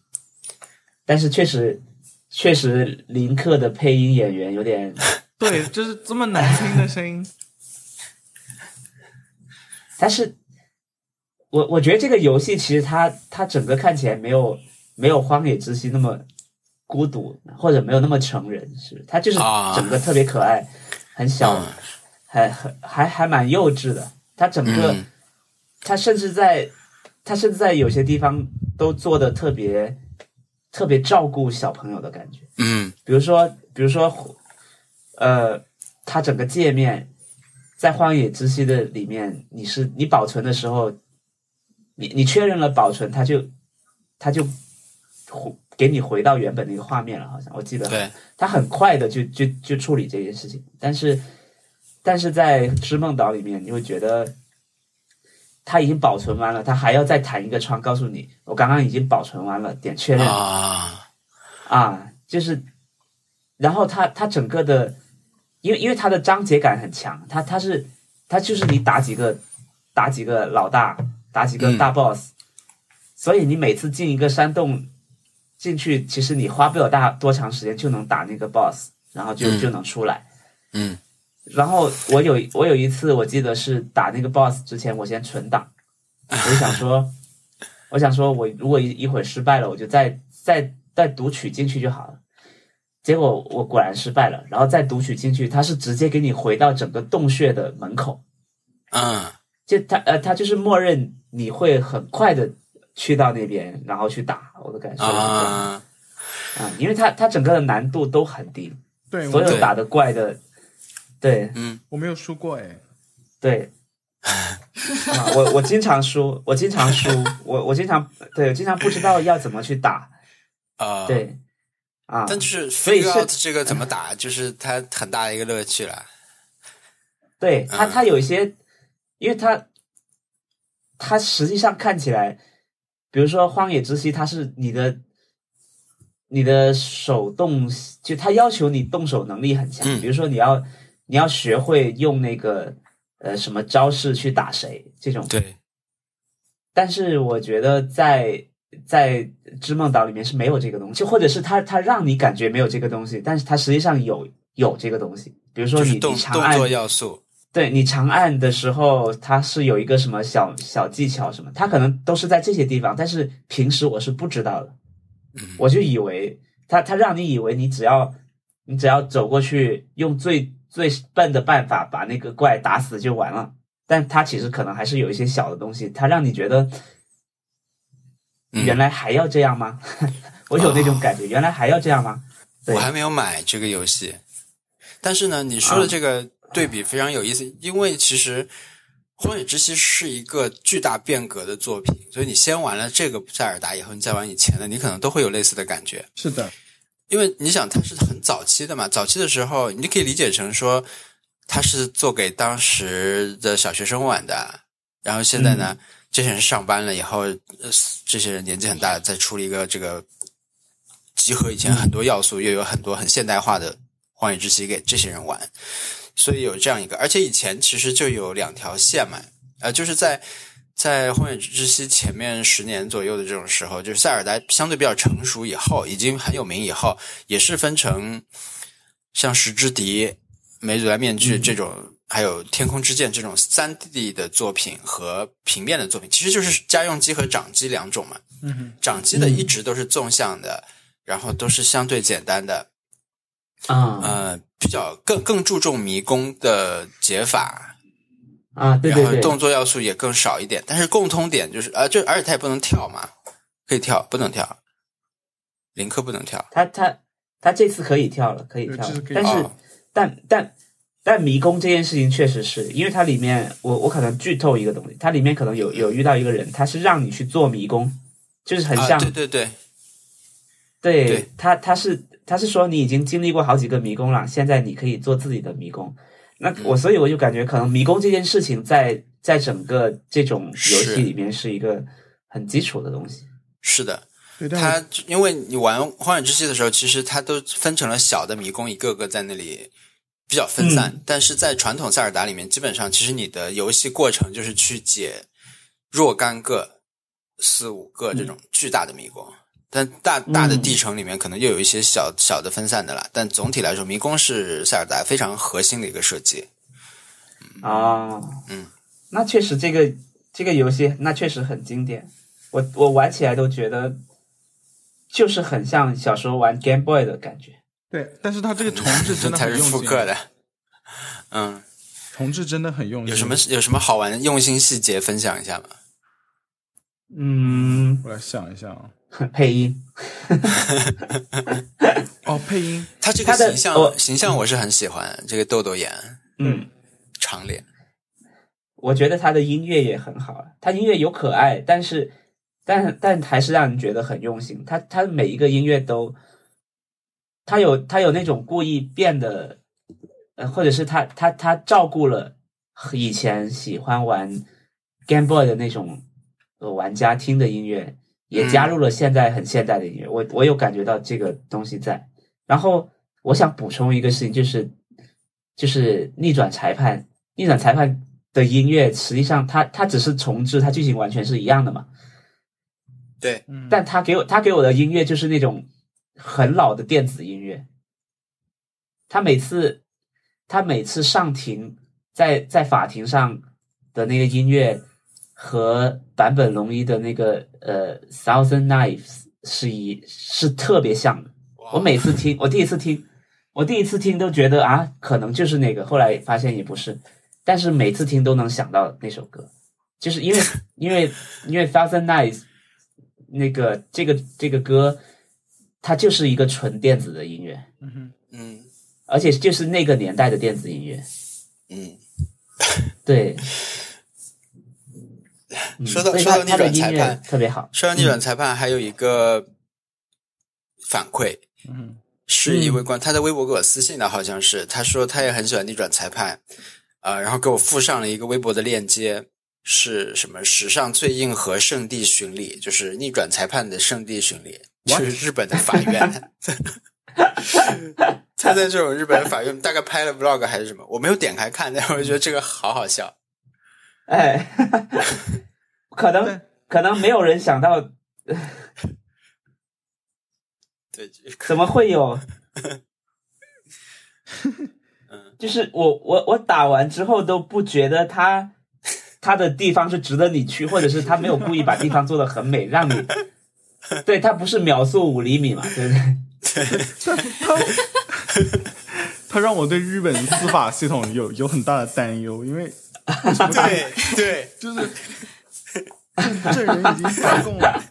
但是确实，确实林克的配音演员 有点，对，就是这么难听的声 音。但是我我觉得这个游戏其实它它整个看起来没有没有荒野之息那么孤独，或者没有那么成人，是不是它就是啊整个特别可爱，很小，嗯还很还还蛮幼稚的。它整个、嗯他甚至在他甚至在有些地方都做的特别特别照顾小朋友的感觉。嗯比如说，比如说，呃，它整个界面在《荒野之息》的里面，你是你保存的时候，你你确认了保存，它就它就回给你回到原本那个画面了，好像我记得对，它很快的就就就处理这件事情，但是但是在《织梦岛》里面，你会觉得它已经保存完了，它还要再弹一个窗告诉你，我刚刚已经保存完了，点确认啊，啊，就是，然后它它整个的，因为因为它的章节感很强，它它是它就是你打几个打几个老大，打几个嗯大 boss，、所以你每次进一个山洞进去，其实你花不了大多长时间就能打那个 boss，然后就、嗯就能出来。嗯然后我有我有一次我记得是打那个 boss 之前，我先存档，我就想说，我想说我如果一一会儿失败了，我就再再再读取进去就好了。结果我果然失败了，然后再读取进去，它是直接给你回到整个洞穴的门口，嗯就它呃它就是默认你会很快的去到那边，然后去打。我的感受是这样啊、啊，因为它它整个的难度都很低，对，所我有打的怪的，对，嗯我没有输过哎。对，啊、我我经常输，我经常输，我我经常对，我经常不知道要怎么去打，啊，。对，啊，但就是所以 figure 是 out 这个怎么打，就是它很大的一个乐趣了。对他嗯他有一些，因为他他实际上看起来，比如说《荒野之息》，它是你的你的手动，就他要求你动手能力很强，嗯比如说你要你要学会用那个呃什么招式去打谁这种，对，但是我觉得在在《织梦岛》里面是没有这个东西，就或者是它它让你感觉没有这个东西，但是它实际上有有这个东西。比如说就是你动你长动按作要素。对你长按的时候，它是有一个什么小小技巧什么，它可能都是在这些地方，但是平时我是不知道的，嗯我就以为它它让你以为你只要你只要走过去，用最最笨的办法把那个怪打死就完了，但它其实可能还是有一些小的东西，它让你觉得嗯啊原来还要这样吗？ 我有那种感觉，原来还要这样吗？对我还没有买这个游戏，但是呢，你说的这个对比非常有意思，因为其实《荒野之息》是一个巨大变革的作品，所以你先玩了这个塞尔达以后，你再玩以前的，你可能都会有类似的感觉。是的，因为你想，它是很早期的嘛，早期的时候，你就可以理解成说，它是做给当时的小学生玩的。然后现在呢，这些人上班了以后，呃这些人年纪很大了，再出了一个这个集合以前很多要素，又有很多很现代化的《荒野之息》给这些人玩，所以有这样一个。而且以前其实就有两条线嘛，呃，就是在在《荒野之息》前面十年左右的这种时候，就是塞尔达相对比较成熟以后，已经很有名以后，也是分成像《十之敌》《梅祖莱面具》嗯这种，还有《天空之剑》这种三 D 的作品和平面的作品，其实就是家用机和掌机两种嘛。嗯哼，掌机的一直都是纵向的，然后都是相对简单的，啊呃，比较更更注重迷宫的解法，啊，对对然后对动作要素也更少一点，但是共通点就是啊，就而且它也不能跳嘛，可以跳，不能跳，林克不能跳他他他这次可以跳了，可以对跳这了次啊可，以但是、哦但但但迷宫这件事情确实是因为它里面，我我可能剧透一个东西，它里面可能有有遇到一个人，他是让你去做迷宫，就是很啊，像、对对对，对对他，他是他是说你已经经历过好几个迷宫了，现在你可以做自己的迷宫。嗯那我所以我就感觉，可能迷宫这件事情在在整个这种游是戏里面是一个很基础的东西。是的。对，但我它因为你玩《荒野之息》的时候，其实它都分成了小的迷宫，一个个在那里比较分散。嗯但是在传统塞尔达里面，基本上其实你的游戏过程就是去解若干个、四五个这种巨大的迷宫。但大大的嗯地城里面可能又有一些小小的分散的啦，但总体来说，迷宫是塞尔达非常核心的一个设计。啊，嗯，那确实这个这个游戏那确实很经典，我我玩起来都觉得就是很像小时候玩 Game Boy 的感觉。对，但是他这个重置 真的才很嗯是用复心，啊刻的。嗯，重置真的很用心。有什么？有什么好玩的用心细节分享一下吗？嗯，我来想一下啊。配音哦，配音他这个他的形象，我形象我是很喜欢，这个豆豆眼，嗯，长脸，我觉得他的音乐也很好，他音乐有可爱，但是但但还是让人觉得很用心。他他每一个音乐都，他有他有那种故意变得，呃，或者是他他他照顾了以前喜欢玩 Game Boy 的那种呃玩家听的音乐，也加入了现在很现代的音乐。我我有感觉到这个东西在。然后我想补充一个事情，就是就是逆转裁判，逆转裁判的音乐实际上它它只是重置，它剧情完全是一样的嘛。对，嗯但他给我他给我的音乐就是那种很老的电子音乐。他每次他每次上庭，在在法庭上的那个音乐和坂本龙一的那个呃《Thousand Knives》是一是特别像的。我每次听，我第一次听，我第一次听都觉得啊，可能就是那个，后来发现也不是，但是每次听都能想到那首歌，就是因为因为因为《Thousand Nights》那个这个这个歌，它就是一个纯电子的音乐，嗯而且就是那个年代的电子音乐。嗯，对，嗯说到所以说它到逆转裁它的音乐判特别好，说到逆转裁判，还有一个反馈，嗯，是一位观，他在微博给我私信的，好像是他说他也很喜欢逆转裁判，啊、然后给我附上了一个微博的链接，是什么史上最硬核圣地巡礼，就是逆转裁判的圣地巡礼，就是日本的法院。 他在这种日本的法院大概拍了 vlog 还是什么，我没有点开看，但我觉得这个好好笑。哎， 可能可能没有人想到对， 这个怎么会有？就是我我我打完之后都不觉得他他的地方是值得你去，或者是他没有故意把地方做的很美，让你对他不是秒速五厘米嘛，对不对？他他他让我对日本司法系统有有很大的担忧，因为对对，就是 证证人已经发供了，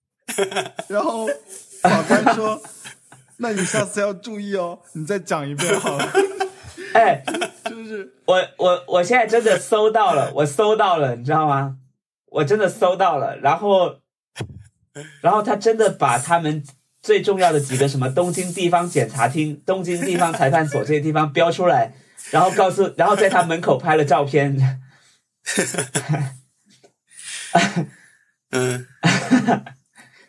然后法官说：“那你下次要注意哦，你再讲一遍好了。哎，”就是我我我现在真的搜到了，我搜到了，你知道吗？我真的搜到了，然后，然后他真的把他们最重要的几个什么东京地方检察厅、东京地方裁判所这些地方标出来，然后告诉，然后在他门口拍了照片。 嗯，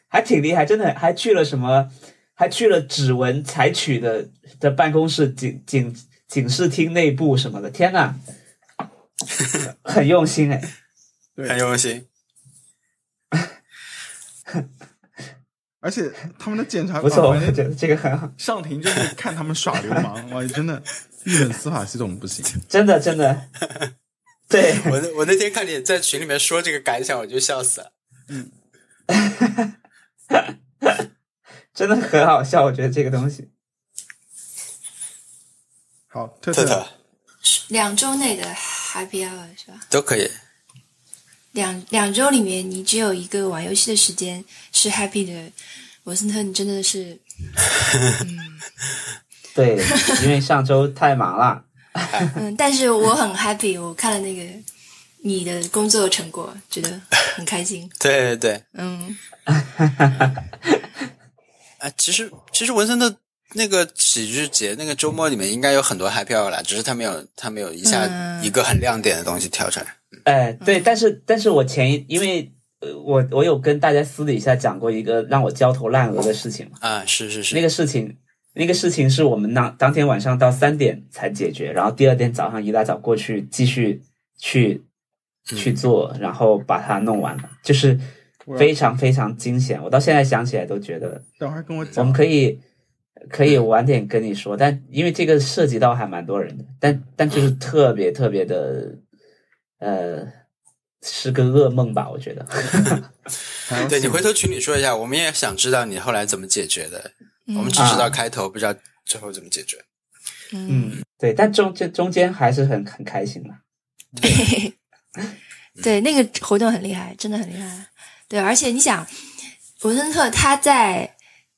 还挺厉害，真的还去了什么，还去了指纹采取的的办公室警警警视厅内部什么的，天呐，很用心哎。很用 心。而且他们的检察不错，我法官觉得这个很好，上庭就是看他们耍流氓，哇，真的，日本司法系统不行。真的真 的，对，我那我那天看你在群里面说这个感想，我就笑死了。真的很好笑，我觉得这个东西。好，特特特特两周内的 Happy Hour 是吧？都可以，两两周里面，你只有一个玩游戏的时间是 Happy 的。文森特，你真 的是对，因为上周太忙了，嗯，但是我很 happy，我看了那个你的工作成果，觉得很开心。对对对，嗯，啊，其实其实文森特那个喜剧节那个周末里面应该有很多 happy hour 啦，只是他没有他没有一下嗯一个很亮点的东西跳出来。 哎，对，但是但是我前一因为呃我我有跟大家私底下讲过一个让我焦头烂额的事情嘛，啊，是是是，那个事情那个事情是我们当当天晚上到三点才解决，然后第二天早上一大早过去继续去去做，然后把它弄完了，就是非常非常惊险，我到现在想起来都觉得等会儿跟我我讲们，可以可以晚点跟你说，但因为这个涉及到还蛮多人的，但但就是特别特别的，呃，是个噩梦吧？我觉得还要对你信回头群里说一下，我们也想知道你后来怎么解决的。嗯我们只知道开头，不知道最后怎么解决。嗯， 对，但中这中间还是很很开心的。对，那个活动很厉害，真的很厉害。对，而且你想，文森特他在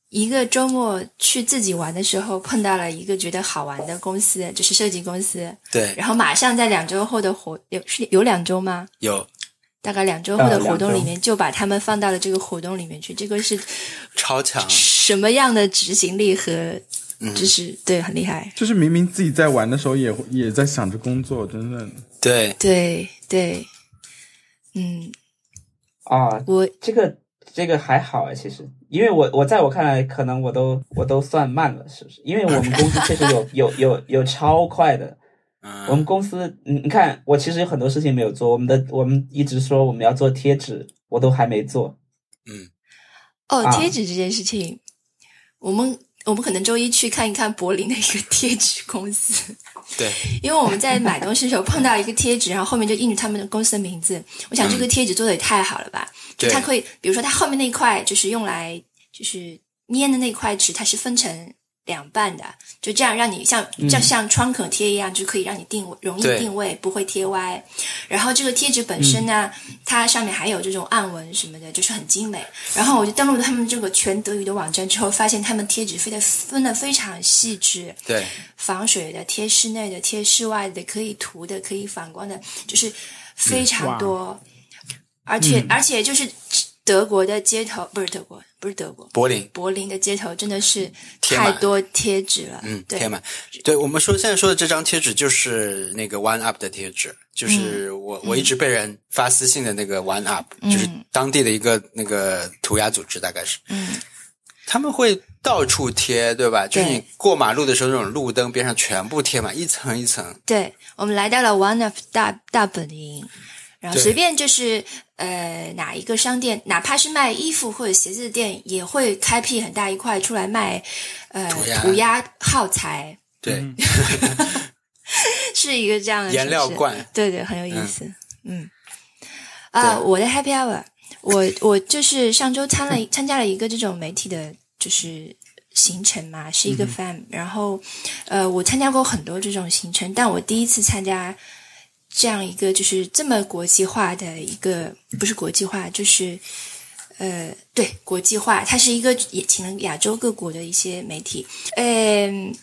一个周末去自己玩的时候，碰到了一个觉得好玩的公司，就是设计公司，对，然后马上在两周后的活有是有两周吗？有大概两周后的呃活动两周里面，就把他们放到了这个活动里面去，这个是超强，什么样的执行力和嗯，就是、对，很厉害。就是明明自己在玩的时候也也在想着工作，真的对，对对，嗯，啊，我这个这个还好啊，其实，因为我我在我看来，可能我都我都算慢了，是不是？因为我们公司确实有有有有超快的，我们嗯，公司，你你看，我其实有很多事情没有做，我们的我们一直说我们要做贴纸，我都还没做。哦啊，贴纸这件事情，我们我们可能周一去看一看柏林的一个贴纸公司，对， 因为我们在买东西的时候碰到一个贴纸，然后后面就印着他们的公司的名字。我想这个贴纸做的也太好了吧！嗯就对它可以，比如说它后面那一块就是用来就是粘的那块纸，它是分成两半的，就这样让你像嗯像像创可贴一样，就可以让你定位容易对定位，不会贴歪。然后这个贴纸本身呢，嗯它上面还有这种暗纹什么的，就是很精美。然后我就登录他们这个全德语的网站之后，发现他们贴纸分的分的非常细致，对，防水的、贴室内的、贴室外的、可以涂的、可以反光的，就是非常多。而且、而且就是德国的街头，不是德国，不是德国，柏林，柏林的街头真的是贴满太多贴纸了。嗯，对贴满。对我们说现在说的这张贴纸就是那个 One Up 的贴纸，就是嗯我、我一直被人发私信的那个 One Up，、就是当地的一个那个涂鸦组织，大概是，嗯，他们会到处贴，对吧？就是对你过马路的时候，那种路灯边上全部贴满，一层一层。对，我们来到了 One of 大大本营，然后对随便就是呃哪一个商店，哪怕是卖衣服或者鞋子的店，也会开辟很大一块出来卖呃涂鸦涂鸦耗材，对，嗯 是一个这样的颜料城市罐，对对，很有意思。嗯，啊、我的 Happy Hour，我我就是上周参了参加了一个这种媒体的，就是行程嘛，是一个 fam、然后，呃，我参加过很多这种行程，但我第一次参加这样一个就是这么国际化的一个，不是国际化，就是。呃，对，国际化，它是一个也请了亚洲各国的一些媒体，嗯，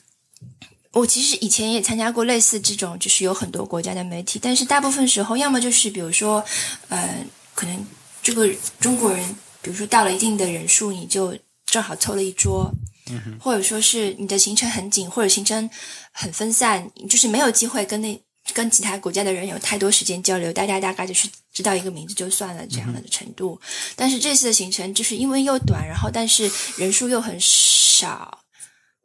我其实以前也参加过类似这种，就是有很多国家的媒体，但是大部分时候，要么就是比如说，呃，可能这个中国人，比如说到了一定的人数，你就正好凑了一桌，或者说是你的行程很紧，或者行程很分散，就是没有机会跟那跟其他国家的人有太多时间交流，大家大概就是知道一个名字就算了这样的程度。但是这次的行程就是因为又短，然后但是人数又很少，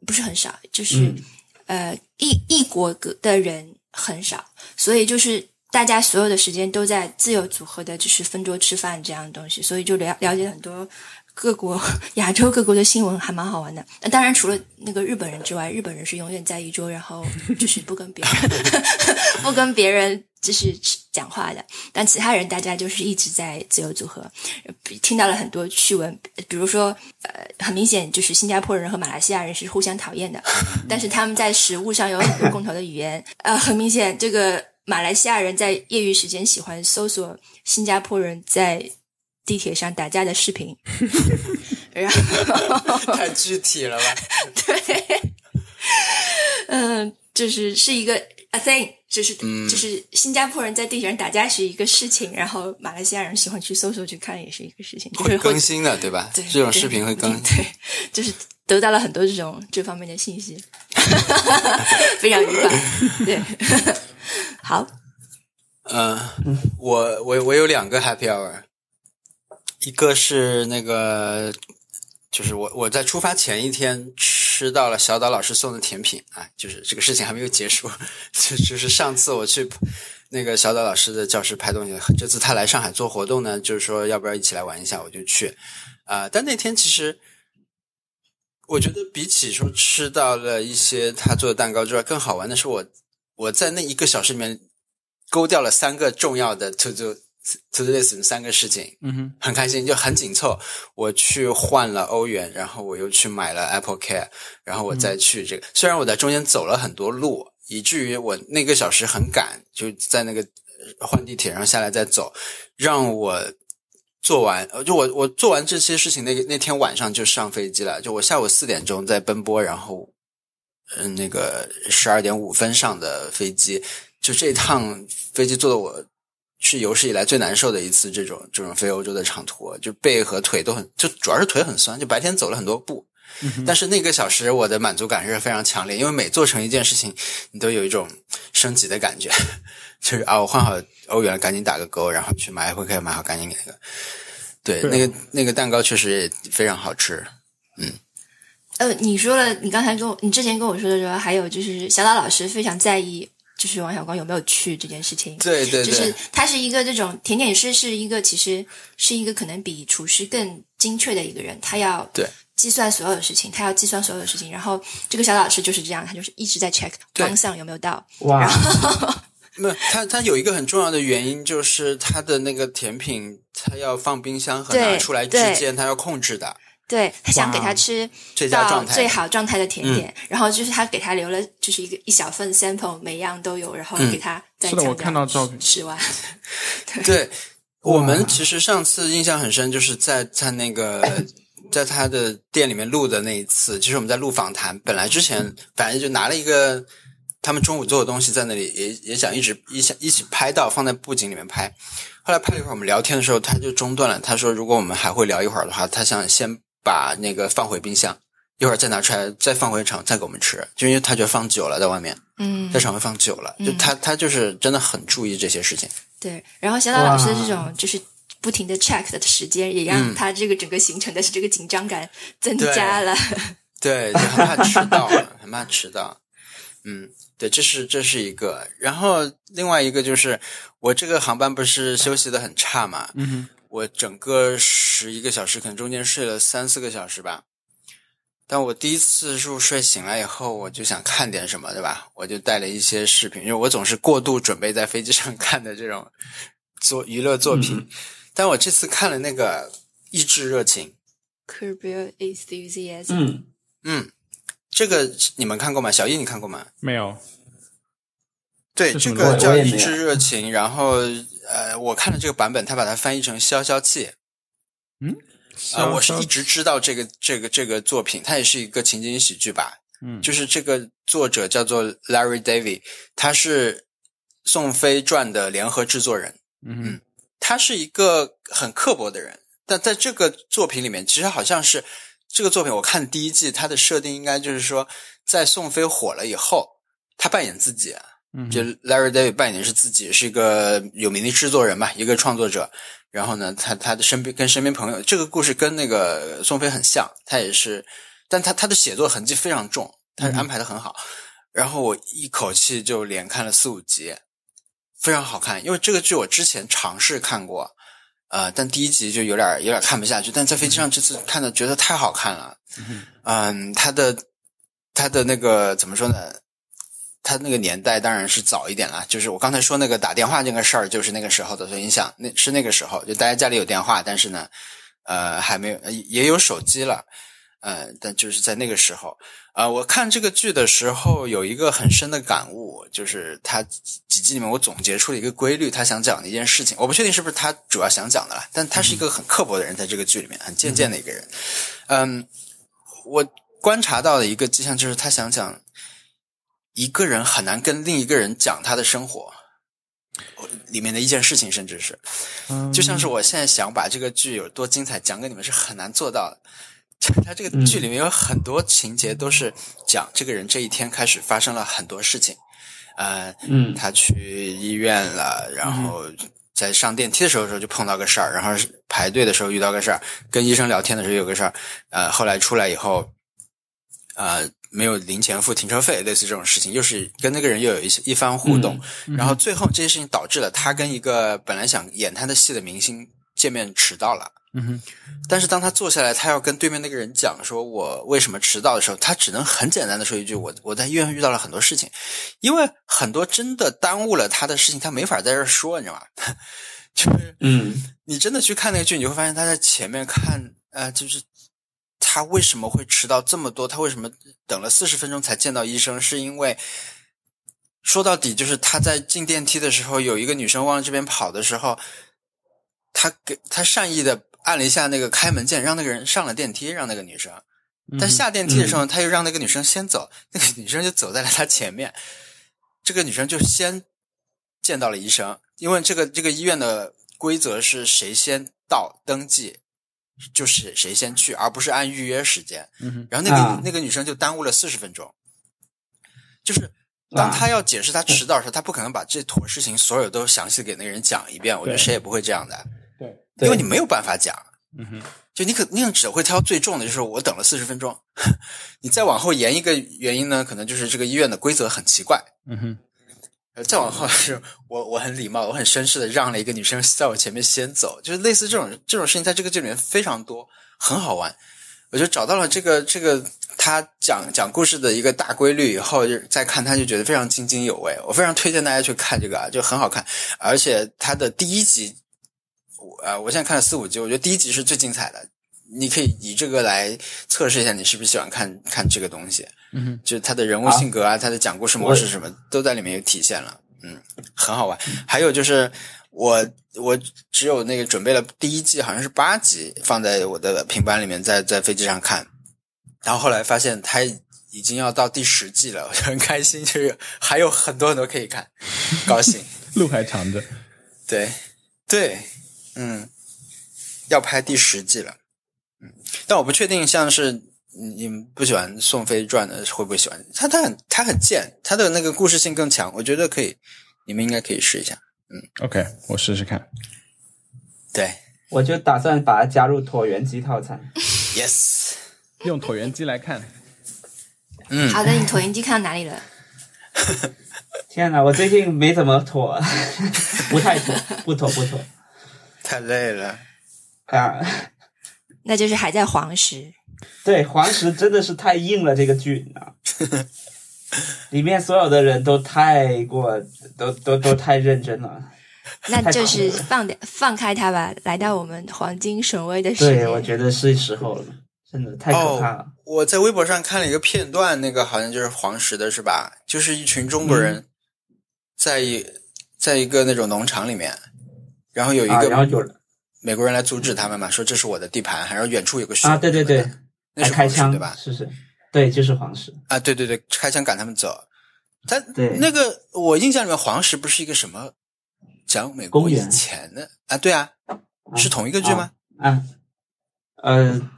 不是很少，就是、嗯呃异异国的人很少，所以就是大家所有的时间都在自由组合的，就是分桌吃饭这样的东西，所以就了了解很多各国 亚洲各国的新闻，还蛮好玩的。那当然，除了那个日本人之外，日本人是永远在一桌，然后就是不跟别人 不跟别人就是讲话的，但其他人大家就是一直在自由组合，呃听到了很多趣闻，比如说呃，很明显就是新加坡人和马来西亚人是互相讨厌的，但是他们在食物上有很 多共同的语言。呃，很明显，这个马来西亚人在业余时间喜欢搜索新加坡人在地铁上打架的 视频，然后太具体了吧？对，嗯，就是是一个 a thing，就是、嗯就是新加坡人在地铁上打架是一个事情，然后马来西亚人喜欢去搜搜去看也是一个事情，就是会 会更新的，对吧？对这种视频会更新。对，就是得到了很多这种这方面的信息，非常愉快。对，好，嗯，我我我有两个 happy hour，一个是那个，就是我我在出发前一天吃到了小岛老师送的甜品啊，就是这个事情还没有结束，就就是上次我去那个小岛老师的教室拍东西，这次他来上海做活动呢，就是说要不要一起来玩一下，我就去啊、但那天其实。我觉得比起说吃到了一些他做的蛋糕之外，更好玩的是我我在那一个小时里面勾掉了三个重要的 to do to do list 三个事情，嗯哼，很开心，就很紧凑。我去换了欧元，然后我又去买了 Apple Care，然后嗯我再去这个。虽然我在中间走了很多路，以至于我那个小时很赶，就在那个呃换地铁，然后下来再走，让我做完。呃就我我做完这些事情，那个那天晚上就上飞机了。就我下午四点钟在奔波，然后嗯，那个十二点五分上的飞机，就这趟飞机坐的我是有史以来最难受的一次这种这种飞欧洲的长途，啊就背和腿都很，就主要是腿很酸，就白天走了很多步，但是那个小时我的满足感是非常强烈，因为每做成一件事情，你都有一种升级的感觉，就是啊，我换好欧元了，赶紧打个勾，然后去买 Apple Care 买好，赶紧给那个。对，对啊那个那个蛋糕确实也非常好吃。呃，你说了，你刚才跟我，你之前跟我说的时候，还有就是小岛老师非常在意，就是王小光有没有去这件事情。对对对，就是他是一个这种甜点师，是一个其实是一个可能比厨师更精确的一个人，他要对计算所有的事情，他要计算所有的事情。然后这个小老师就是这样，他就是一直在 check 对方向有没有到。哇，没有，它它有一个很重要的原因，就是它的那个甜品，它要放冰箱和拿对出来之对间，它要控制的对他想哇给他吃最佳到状态。最好状态的甜点，然后就是他给他留了就是一个一小份 sample，每样都有，然后嗯给他再是的，强我调看到照片，吃完。对，我们其实上次印象很深，就是在在那个在他的店里面录的那一次，其实我们在录访谈，本来之前嗯反正就拿了一个他们中午做的东西在那里，也也想一直一想一起拍到放在布景里面拍。后来拍了一会儿，我们聊天的时候他就中断了，他说如果我们还会聊一会儿的话，他想先把那个放回冰箱。一会儿再拿出来，再放回厂，再给我们吃，就因为他觉得放久了在外面，嗯在，厂会放久了，就嗯他他就是真的很注意这些事情。对。然后小岛老师的哇这种就是。不停的 check 的时间，也让嗯他这个整个行程的这个紧张感增对加了。对，就很怕迟到嘛，很怕迟到。嗯，对，这是这是一个。然后另外一个就是，我这个航班不是休息的很差嘛，嗯我整个十一个小时，可能中间睡了三四个小时吧。但我第一次入睡醒来以后，我就想看点什么，对吧？我就带了一些视频，因为我总是过度准备在飞机上 看的这种作娱乐作品。但我这次看了那个《意志热情》， Curb your enthusiasm，、嗯，嗯，这个你们看过吗？小易，你看过吗？哼，没有，对，是这什么个东西叫我《也一没有致热情》，然后呃，我看了这个版本，他把它翻译成“消消气”啊、我嗯是一直知道这个这个这个作品，它也是一个情景喜剧吧，嗯，就是这个作者叫做 Larry David，他是《宋飞传》的联合制作人，嗯嗯他是一个很刻薄的人，但在这个作品里面，其实好像是这个作品，我看第一季，它的设定应该就是说，在宋飞火了以后，他扮演自己、啊，嗯就 Larry David 扮演的是自己是一个有名的制作人吧，一个创作者。然后呢，他他的身边跟身边朋友，这个故事跟那个宋飞很像，他也是，但他他的写作痕迹非常重，他是安排的很好。然后我一口气就连看了四五集，非常好看。因为这个剧我之前尝试看过，呃，但第一集就有点有点看不下去，但在飞机上这次看的觉得太好看了。嗯，他的他的那个怎么说呢？他那个年代当然是早一点了，就是我刚才说那个打电话这个事儿，就是那个时候的，所以你想那是那个时候，就大家家里有电话，但是呢，呃，还没有呃也有手机了，呃，但就是在那个时候，呃，我看这个剧的时候有一个很深的感悟，就是他几集里面我总结出了一个规律，他想讲的一件事情，我不确定是不是他主要想讲的啦，但他是一个很刻薄的人，在这个剧里面很贱贱的一个人。嗯，我观察到的一个迹象就是他想讲一个人很难跟另一个人讲他的生活里面的一件事情，甚至是，嗯就像是我现在想把这个剧有多精彩讲给你们是很难做到的。 他这个剧里面有很多情节都是讲这个人这一天开始发生了很多事情，呃，嗯他去医院了，然后在上电梯的时候时候就碰到个事儿，然后是排队的时候遇到个事儿，跟医生聊天的时候有个事儿，呃，后来出来以后，呃，没有零钱付停车费，类似这种事情，又是跟那个人又有一些一番互动，嗯然后最后这些事情导致了他跟一个本来想演他的戏的明星见面迟到了。嗯哼，但是当他坐下来，他要跟对面那个人讲说我为什么迟到的时候，他只能很简单的说一句我我在医院遇到了很多事情，因为很多真的耽误了他的事情，他没法在这儿说，你知道吗？就是嗯你真的去看那个剧，你就会发现他在前面看，呃，就是他为什么会迟到这么多？他为什么等了四十分钟才见到医生？是因为说到底就是他在进电梯的时候，有一个女生往这边跑的时候，他给他善意的按了一下那个开门键，让那个人上了电梯，让那个女生。嗯但下电梯的时候，他又让那个女生先走，那个女生就走在了他前面。这个女生就先见到了医生，因为这个这个医院的规则是谁先到登记，就是谁先去，而不是按预约时间。嗯哼，然后那个、啊那个女生就耽误了四十分钟，就是啊当她要解释她迟到的时候，她不可能把这坨事情所有都详细地给那个人讲一遍，我觉得对谁也不会这样的，对，对因为你没有办法讲。嗯哼，就你可你只会挑最重的，就是我等了四十分钟。 你再往后延一个原因呢，可能就是这个医院的规则很奇怪。嗯哼，呃，再往后是我我很礼貌，我很绅士的让了一个女生在我前面先走，就是类似这种这种事情，在这个剧里面非常多，很好玩。我就找到了这个这个他讲讲故事的一个大规律以后，就再看他就觉得非常津津有味。我非常推荐大家去看这个啊，就很好看，而且它的第一集，我呃，我现在看了四五集，我觉得第一集是最精彩的。你可以以这个来测试一下你是不是喜欢看看这个东西。嗯哼，就是他的人物性格啊，他的讲故事模式什么都在里面有体现了，嗯，很好玩。还有就是我我只有那个准备了第一季好像是八集放在我的平板里面在，在飞机上看，然后后来发现他已经要到第十季了，我就很开心，就是还有很多很多可以看，高兴。路还长着，对，对，嗯，要拍第十季了，嗯，但我不确定，像是你你们不喜欢宋飞传的，会不会喜欢？他他很他很贱，他的那个故事性更强，我觉得可以，你们应该可以试一下。 OK，我试试看。对我就打算把它加入椭圆机套餐。 ，yes，用椭圆机来看，嗯，好的，你椭圆机看到哪里了？天哪，我最近没怎么妥， 不太妥，不妥不妥太累了，啊！那就是还在黄石。对，黄石真的是太硬了，这个剧啊，里面所有的人都太过，都都都太认真了。那太就是长放点放开它吧，来到我们黄金准威的时对，我间。觉得是时候了，真的太可怕了。哦我在微博上看了一个片段，那个好像就是黄石的是吧？就是一群中国嗯人在一、在一个那种农场里面，然后有一啊，个然后有人美国人来阻止他们嘛，说这是我的地盘，然后远处有个熊啊，对对对，那还是开黄石枪对吧？是是，对，就是黄石。啊，对对对，开枪赶他们走。他对那个我印象里面，黄石不是一个什么讲美国公以园前的啊？对啊，是同一个剧吗？啊，呃，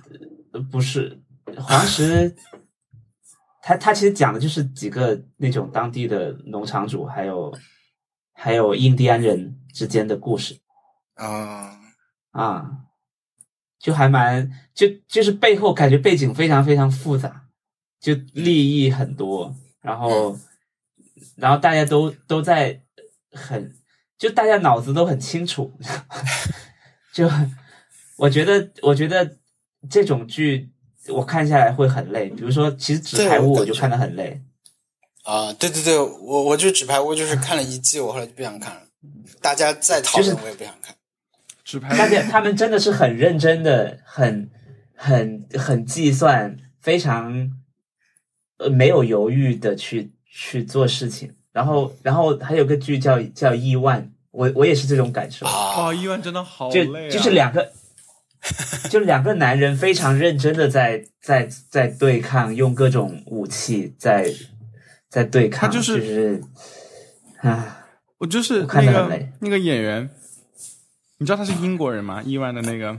不是，黄石，他他其实讲的就是几个那种当地的农场主，还有还有印第安人之间的故事哦，啊，就还蛮就就是背后感觉背景非常非常复杂，就利益很多，然后然后大家都都在很就大家脑子都很清楚， 就我觉得我觉得这种剧我看下来会很累，比如说其实纸对牌屋我感我就觉看得很累，啊，对对对，我我就纸牌屋就是看了一季，我后来就不想看了。大家再讨论，就是我也不想看。纸 牌大家他们真的是很认真的，很很很计算，非常呃没有犹豫的去去做事情。然后然后还有个剧叫叫《亿万》，我我也是这种感受。哦，啊，医院真的好就累啊，就是 两个，就两个男人非常认真的在在在对抗，用各种武器在在对抗，他就是是啊，我就是我看那得很个累那个演员，你知道他是英国人吗？亿万的那个，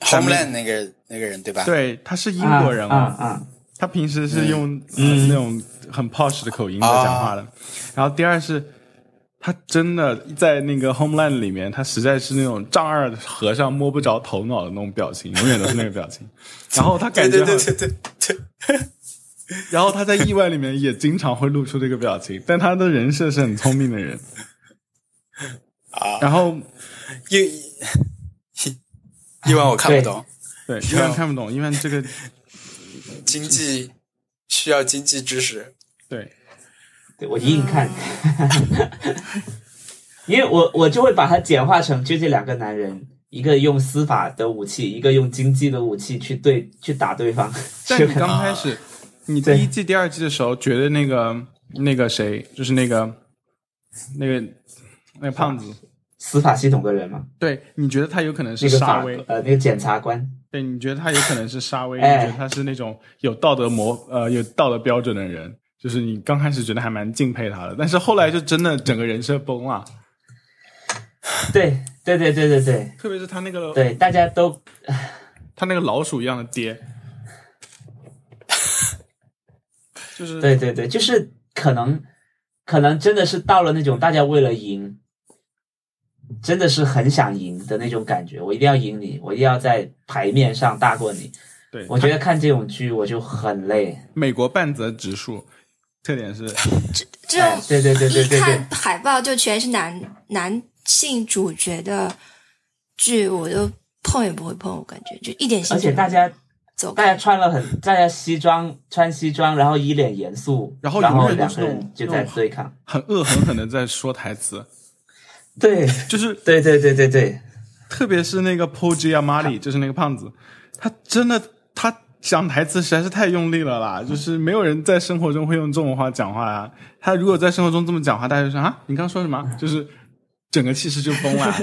Homeland 那个那个人对吧？对，他是英国人哦。啊啊啊，他平时是用嗯啊很那种很 posh 的口音在讲话的。然后第二是，他真的在那个 Homeland 里面，他实在是那种丈二和尚摸不着头脑的那种表情，永远都是那个表 情。然后他感对觉对好对像，对对对， 然后他在意外里面也经常会露出这个表情，但他的人设是很聪明的人。啊，然后因为因为我看不懂对，一般看不懂，因为这个经济需要经济知识，对对我硬看， 因为我我就会把它简化成就这两个男人，一个用司法的武器，一个用经济的武器去对去打对方。但 就你刚开始，你第一季、第二季的时候，觉得那个那个谁，就是那个那个那个胖子，司法系统的人嘛，对，你觉得他有可能是那个沙法威，呃那个检察官，对，你觉得他有可能是沙威，你哎觉得他是那种有道德模呃有道德标准的人，就是你刚开始觉得还蛮敬佩他的，但是后来就真的整个人设崩了，对对对对对对特别是他那个对，大家都他那个老鼠一样的爹， 就是对对对，就是可能可能真的是到了那种大家为了赢，真的是很想赢的那种感觉，我一定要赢你，我一定要在牌面上大过你。对，我觉得看这种剧我就很累。美国半泽直树特点是这哎种，对对对对一对对看，海报就全是男男性主角的剧，我都碰也不会碰，我感觉就一点兴而趣且都没有。大家走大开，家穿了很，大家西装穿西装，然后一脸严肃，然然后永远都两是个那种人就在对抗。很恶狠狠的在说台词，对就是对对对对对，特别是那个 Poji Amali，就是那个胖子，他真的他讲台词实在是太用力了啦，就是没有人在生活中会用这种话讲话啊。他如果在生活中这么讲话，大家就说啊，你刚说什么？就是整个气势就崩 了。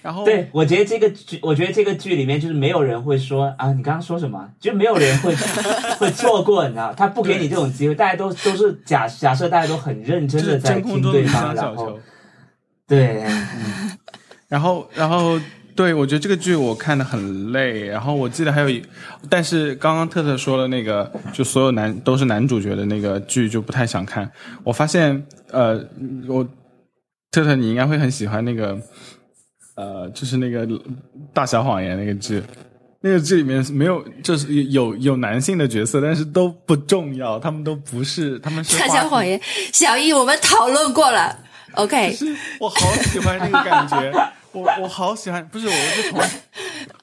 然后对，我觉得这个剧，我觉得这个剧里面就是没有人会说啊，你刚刚说什么？就没有人 会会错过，你知道，他不给你这种机会，大家都都是假假设大家都很认就真的是在真听空中的对一方，张小然球后。对，然后，然后，对我觉得这个剧我看的很累。然后我记得还有一，但是刚刚特特说了那个，就所有男都是男主角的那个剧就不太想看。我发现，呃，我特特你应该会很喜欢那个，呃，就是那个《大小谎言》那个剧。那个剧里面没有，就是有有男性的角色，但是都不重要，他们都不是，他们是 大话小题谎言，小易，我们讨论过了。OK，我好喜欢这个感 觉，我我好喜欢，不是我是同，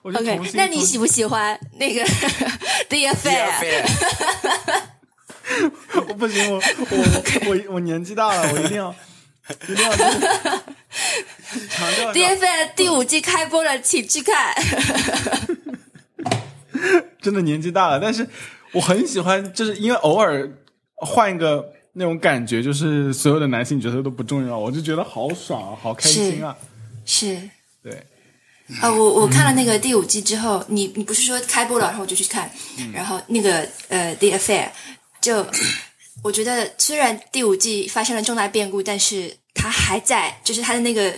我是 OK，同性。那你喜不喜欢那个 The 第 Affair？二遍 同我不行，我我我我年纪大了，我一定要一 定要就是强调一 D 下， F N 第五季开播了，请去看。 真的年纪大了，但是我很喜欢，就是因为偶尔换一个那种感觉，就是所有的男性角色都不重要，我就觉得好爽啊，好开心啊，是对。啊、我我看了那个第五季之后，你你不是说开播了，然后我就去看，然后那个呃《The Affair》就，我觉得虽然第五季发生了重大变故，但是它还在，就是它的那个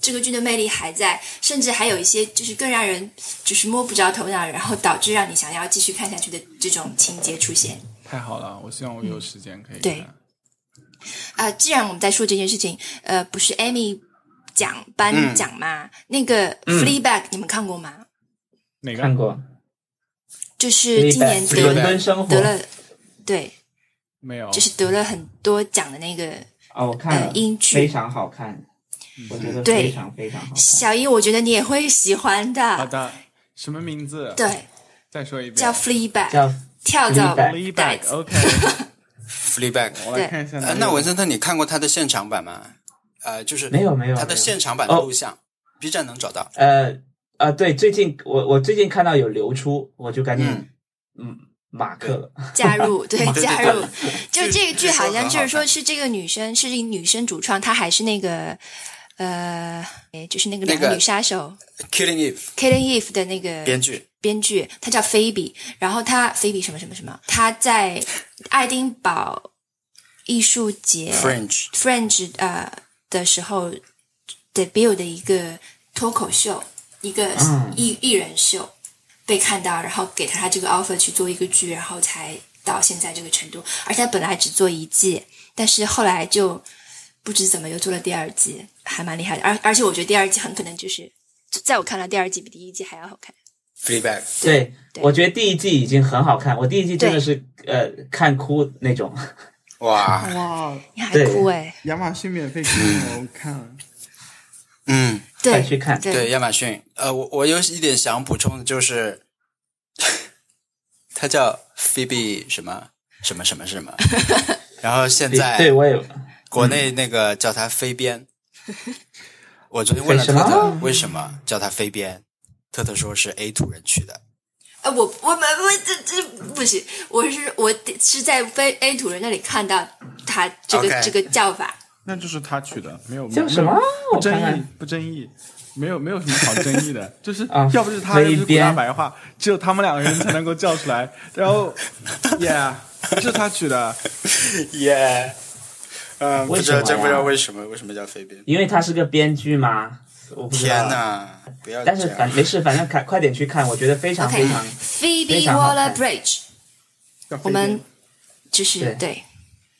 这个剧的魅力还在，甚至还有一些就是更让人就是摸不着头脑，然后导致让你想要继续看下去的这种情节出现。太好了，我希望我有时间可以嗯对看啊、既然我们在说这件事情，呃，不是 Amy 奖颁嗯奖吗？那个《Fleabag》你们看过吗？哪个看过就是今年 Fleabag，得伦敦生活得了，对，没有？就是得了很多奖的那个啊，我看了呃，英剧非常好看，嗯我觉得对非常非常好看。小一，我觉得你也会喜欢好的。的，什么名字？对，再说一遍。叫《Fleabag》，叫跳蚤 Fleabag Fleabag 袋子。 OK， Fleabag。我来看一下哪呃个。那文森特，你看过他的现场版吗？呃，就是没有没有他的没有现场版的哦录像，B 站能找到。呃呃，对，最近我我最近看到有流出，我就赶紧嗯嗯马克了。加入， 对，对加对入。就据这个剧好像据就说很好是说是这个女生是一个女生主创，她还是那个呃，诶就是那个那两个个女杀手 Killing Eve k a t e n Eve 的那个编剧，编剧，她叫菲比，然后她菲比什么什么什么，她在爱丁堡艺术节 French Fringe 呃的时候 debut 的一个脱口秀，一个嗯艺、艺人秀被看到，然后给他这个 offer 去做一个剧，然后才到现在这个程度。而且他本来只做一季，但是后来就不知怎么又做了第二季，还蛮厉害的。而而且我觉得第二季很可能就是，就在我看来，第二季比第一季还要好看。 Fleabag 对，对我觉得第一季已经很好看，我第一季真的对是呃看哭那种。哇，哇，你还对哭哎、亚马逊免费给我看了，嗯，对，快去看对对，对亚马逊，呃，我我有一点想补充的就是， 他叫 Phoebe 什么什么什么 什么，然后现在对，我也国内那个叫他飞边。 我昨天问了特飞什特么为什么叫他飞边，特特说是 A 土人取的。呃，我我们我这这不行，我是我是在非 A 土人那里看到他这个 OK 这个叫法，那就是他取的，没有叫什么没有不我看争议看，不争议，没有没有什么好争议 的，就是啊要不是他，飞要不是古大边白话，只有他们两个人才能够叫出 来。然后，Yeah，是他取的，耶，嗯，为什么呀为什么为什么叫飞边。因为他是个编剧嘛，我不知道天。哪，不要但是反没事，反正看快点去看，我觉得非常 OK 非常 Phoebe 非常好 Waller 看 Bridge，叫我飞们边就是对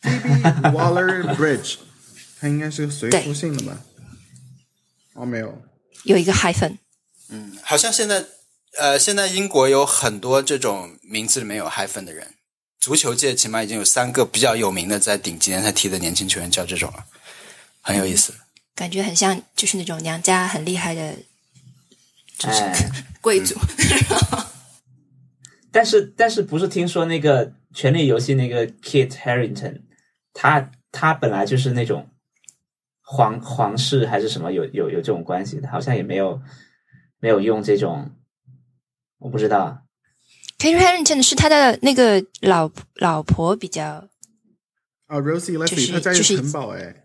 对 Phoebe Waller Bridge，他应该是个随对夫姓的吧？哦，没有，有一个 hyphen，嗯，好像现在呃，现在英国有很多这种名字里面有 hyphen 的人，足球界起码已经有三个比较有名的在顶级联赛踢的年轻球员叫这种了，很有意思。感觉很像就是那种娘家很厉害的哎。贵族。嗯 但是但是不是听说那个《权力游戏》那个 Kit Harrington，他他本来就是那种皇皇室还是什么有有有这种关系的，好像也没有没有用这种，我不知道。 Peter Harrington 是他的那个老老婆比较，啊，Rosie 就是 Leslie，他家有就是城堡哎。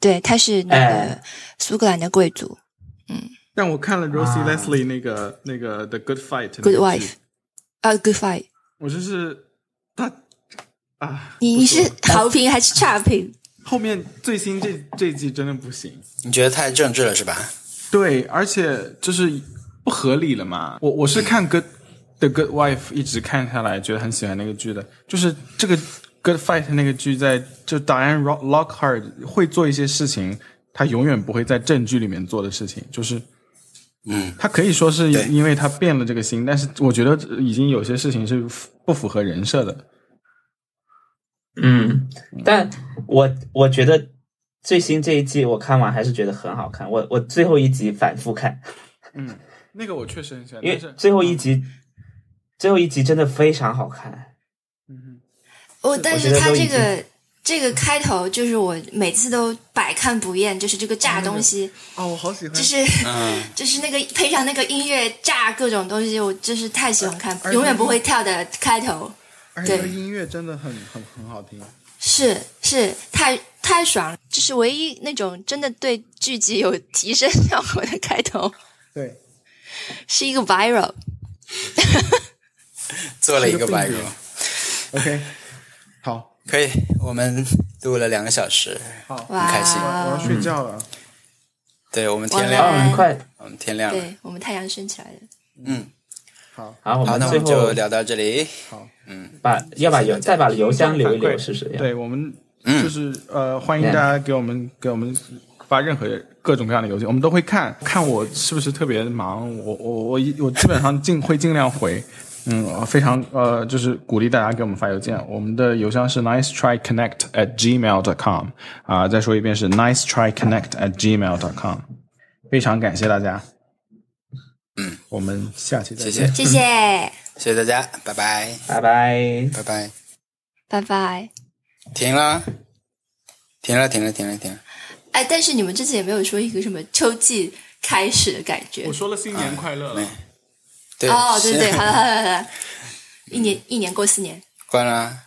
对，他是那个哎苏格兰的贵族但我看了 Rosie 啊 Leslie 那个那个 The Good Fight 那个 Good 剧 Wife 啊，Good Fight。我就是他啊，你不你说是好评还是差评？后面最新这这季真的不行，你觉得太政治了是吧？对，而且就是不合理了嘛。我嗯我是看 Good The Good Wife 一直看下来，觉得很喜欢那个剧的，就是这个 Good Fight 那个剧在就 Diane Rock- Lockhart 会做一些事情，他永远不会在正剧里面做的事情，就是。嗯，他可以说是对因为他变了这个心，但是我觉得已经有些事情是不符合人设的。嗯，但我我觉得最新这一季我看完还是觉得很好看，我我最后一集反复看，嗯，那个我确实很喜欢，因为但是最后一集嗯最后一集真的非常好看。嗯我是但我是觉得他都这已个这个开头就是我每次都百看不厌，就是这个炸东西，哼，哦，我好喜欢，就是、嗯， 就是那个配上那个音乐炸各种东西，我真是太喜欢看，而且永远不会跳的开头，而且它的对音乐真的很很很好听。是是太太爽了，这是唯一那种真的对剧集有提升效果的开头，对， 是一个 viral。做了一个是个白病人人。OK，好，可以，我们录了两个小时，好，我哇，开心要睡觉了。对我们天晚亮安了，哦，很快，我们天亮了。对我们太阳升起来了，嗯，好，好，我好，们那我最们后就聊到这里。好，把要把邮再把邮箱留一留，是谁呀？对我们嗯就是呃，欢迎大家给我们给我们发任何各种各样的邮件，我们都会看看我是不是特别忙，我我我一我基本上尽会尽量回。嗯，非常呃，就是鼓励大家给我们发邮件。我们的邮箱是 nice try connect at gmail dot com 啊、再说一遍是 nice try connect at gmail dot com。非常感谢大家，嗯，我们下期再谢见。谢，谢谢，谢谢大家，拜拜，拜拜。拜拜，拜拜。停了，停了，停了，停了，停了。哎，但是你们之前也没有说一个什么秋季开始的感觉我。说了新年快乐嗯了。对，哦，对对，是好了好了好了，一年一年过四年，关了啊。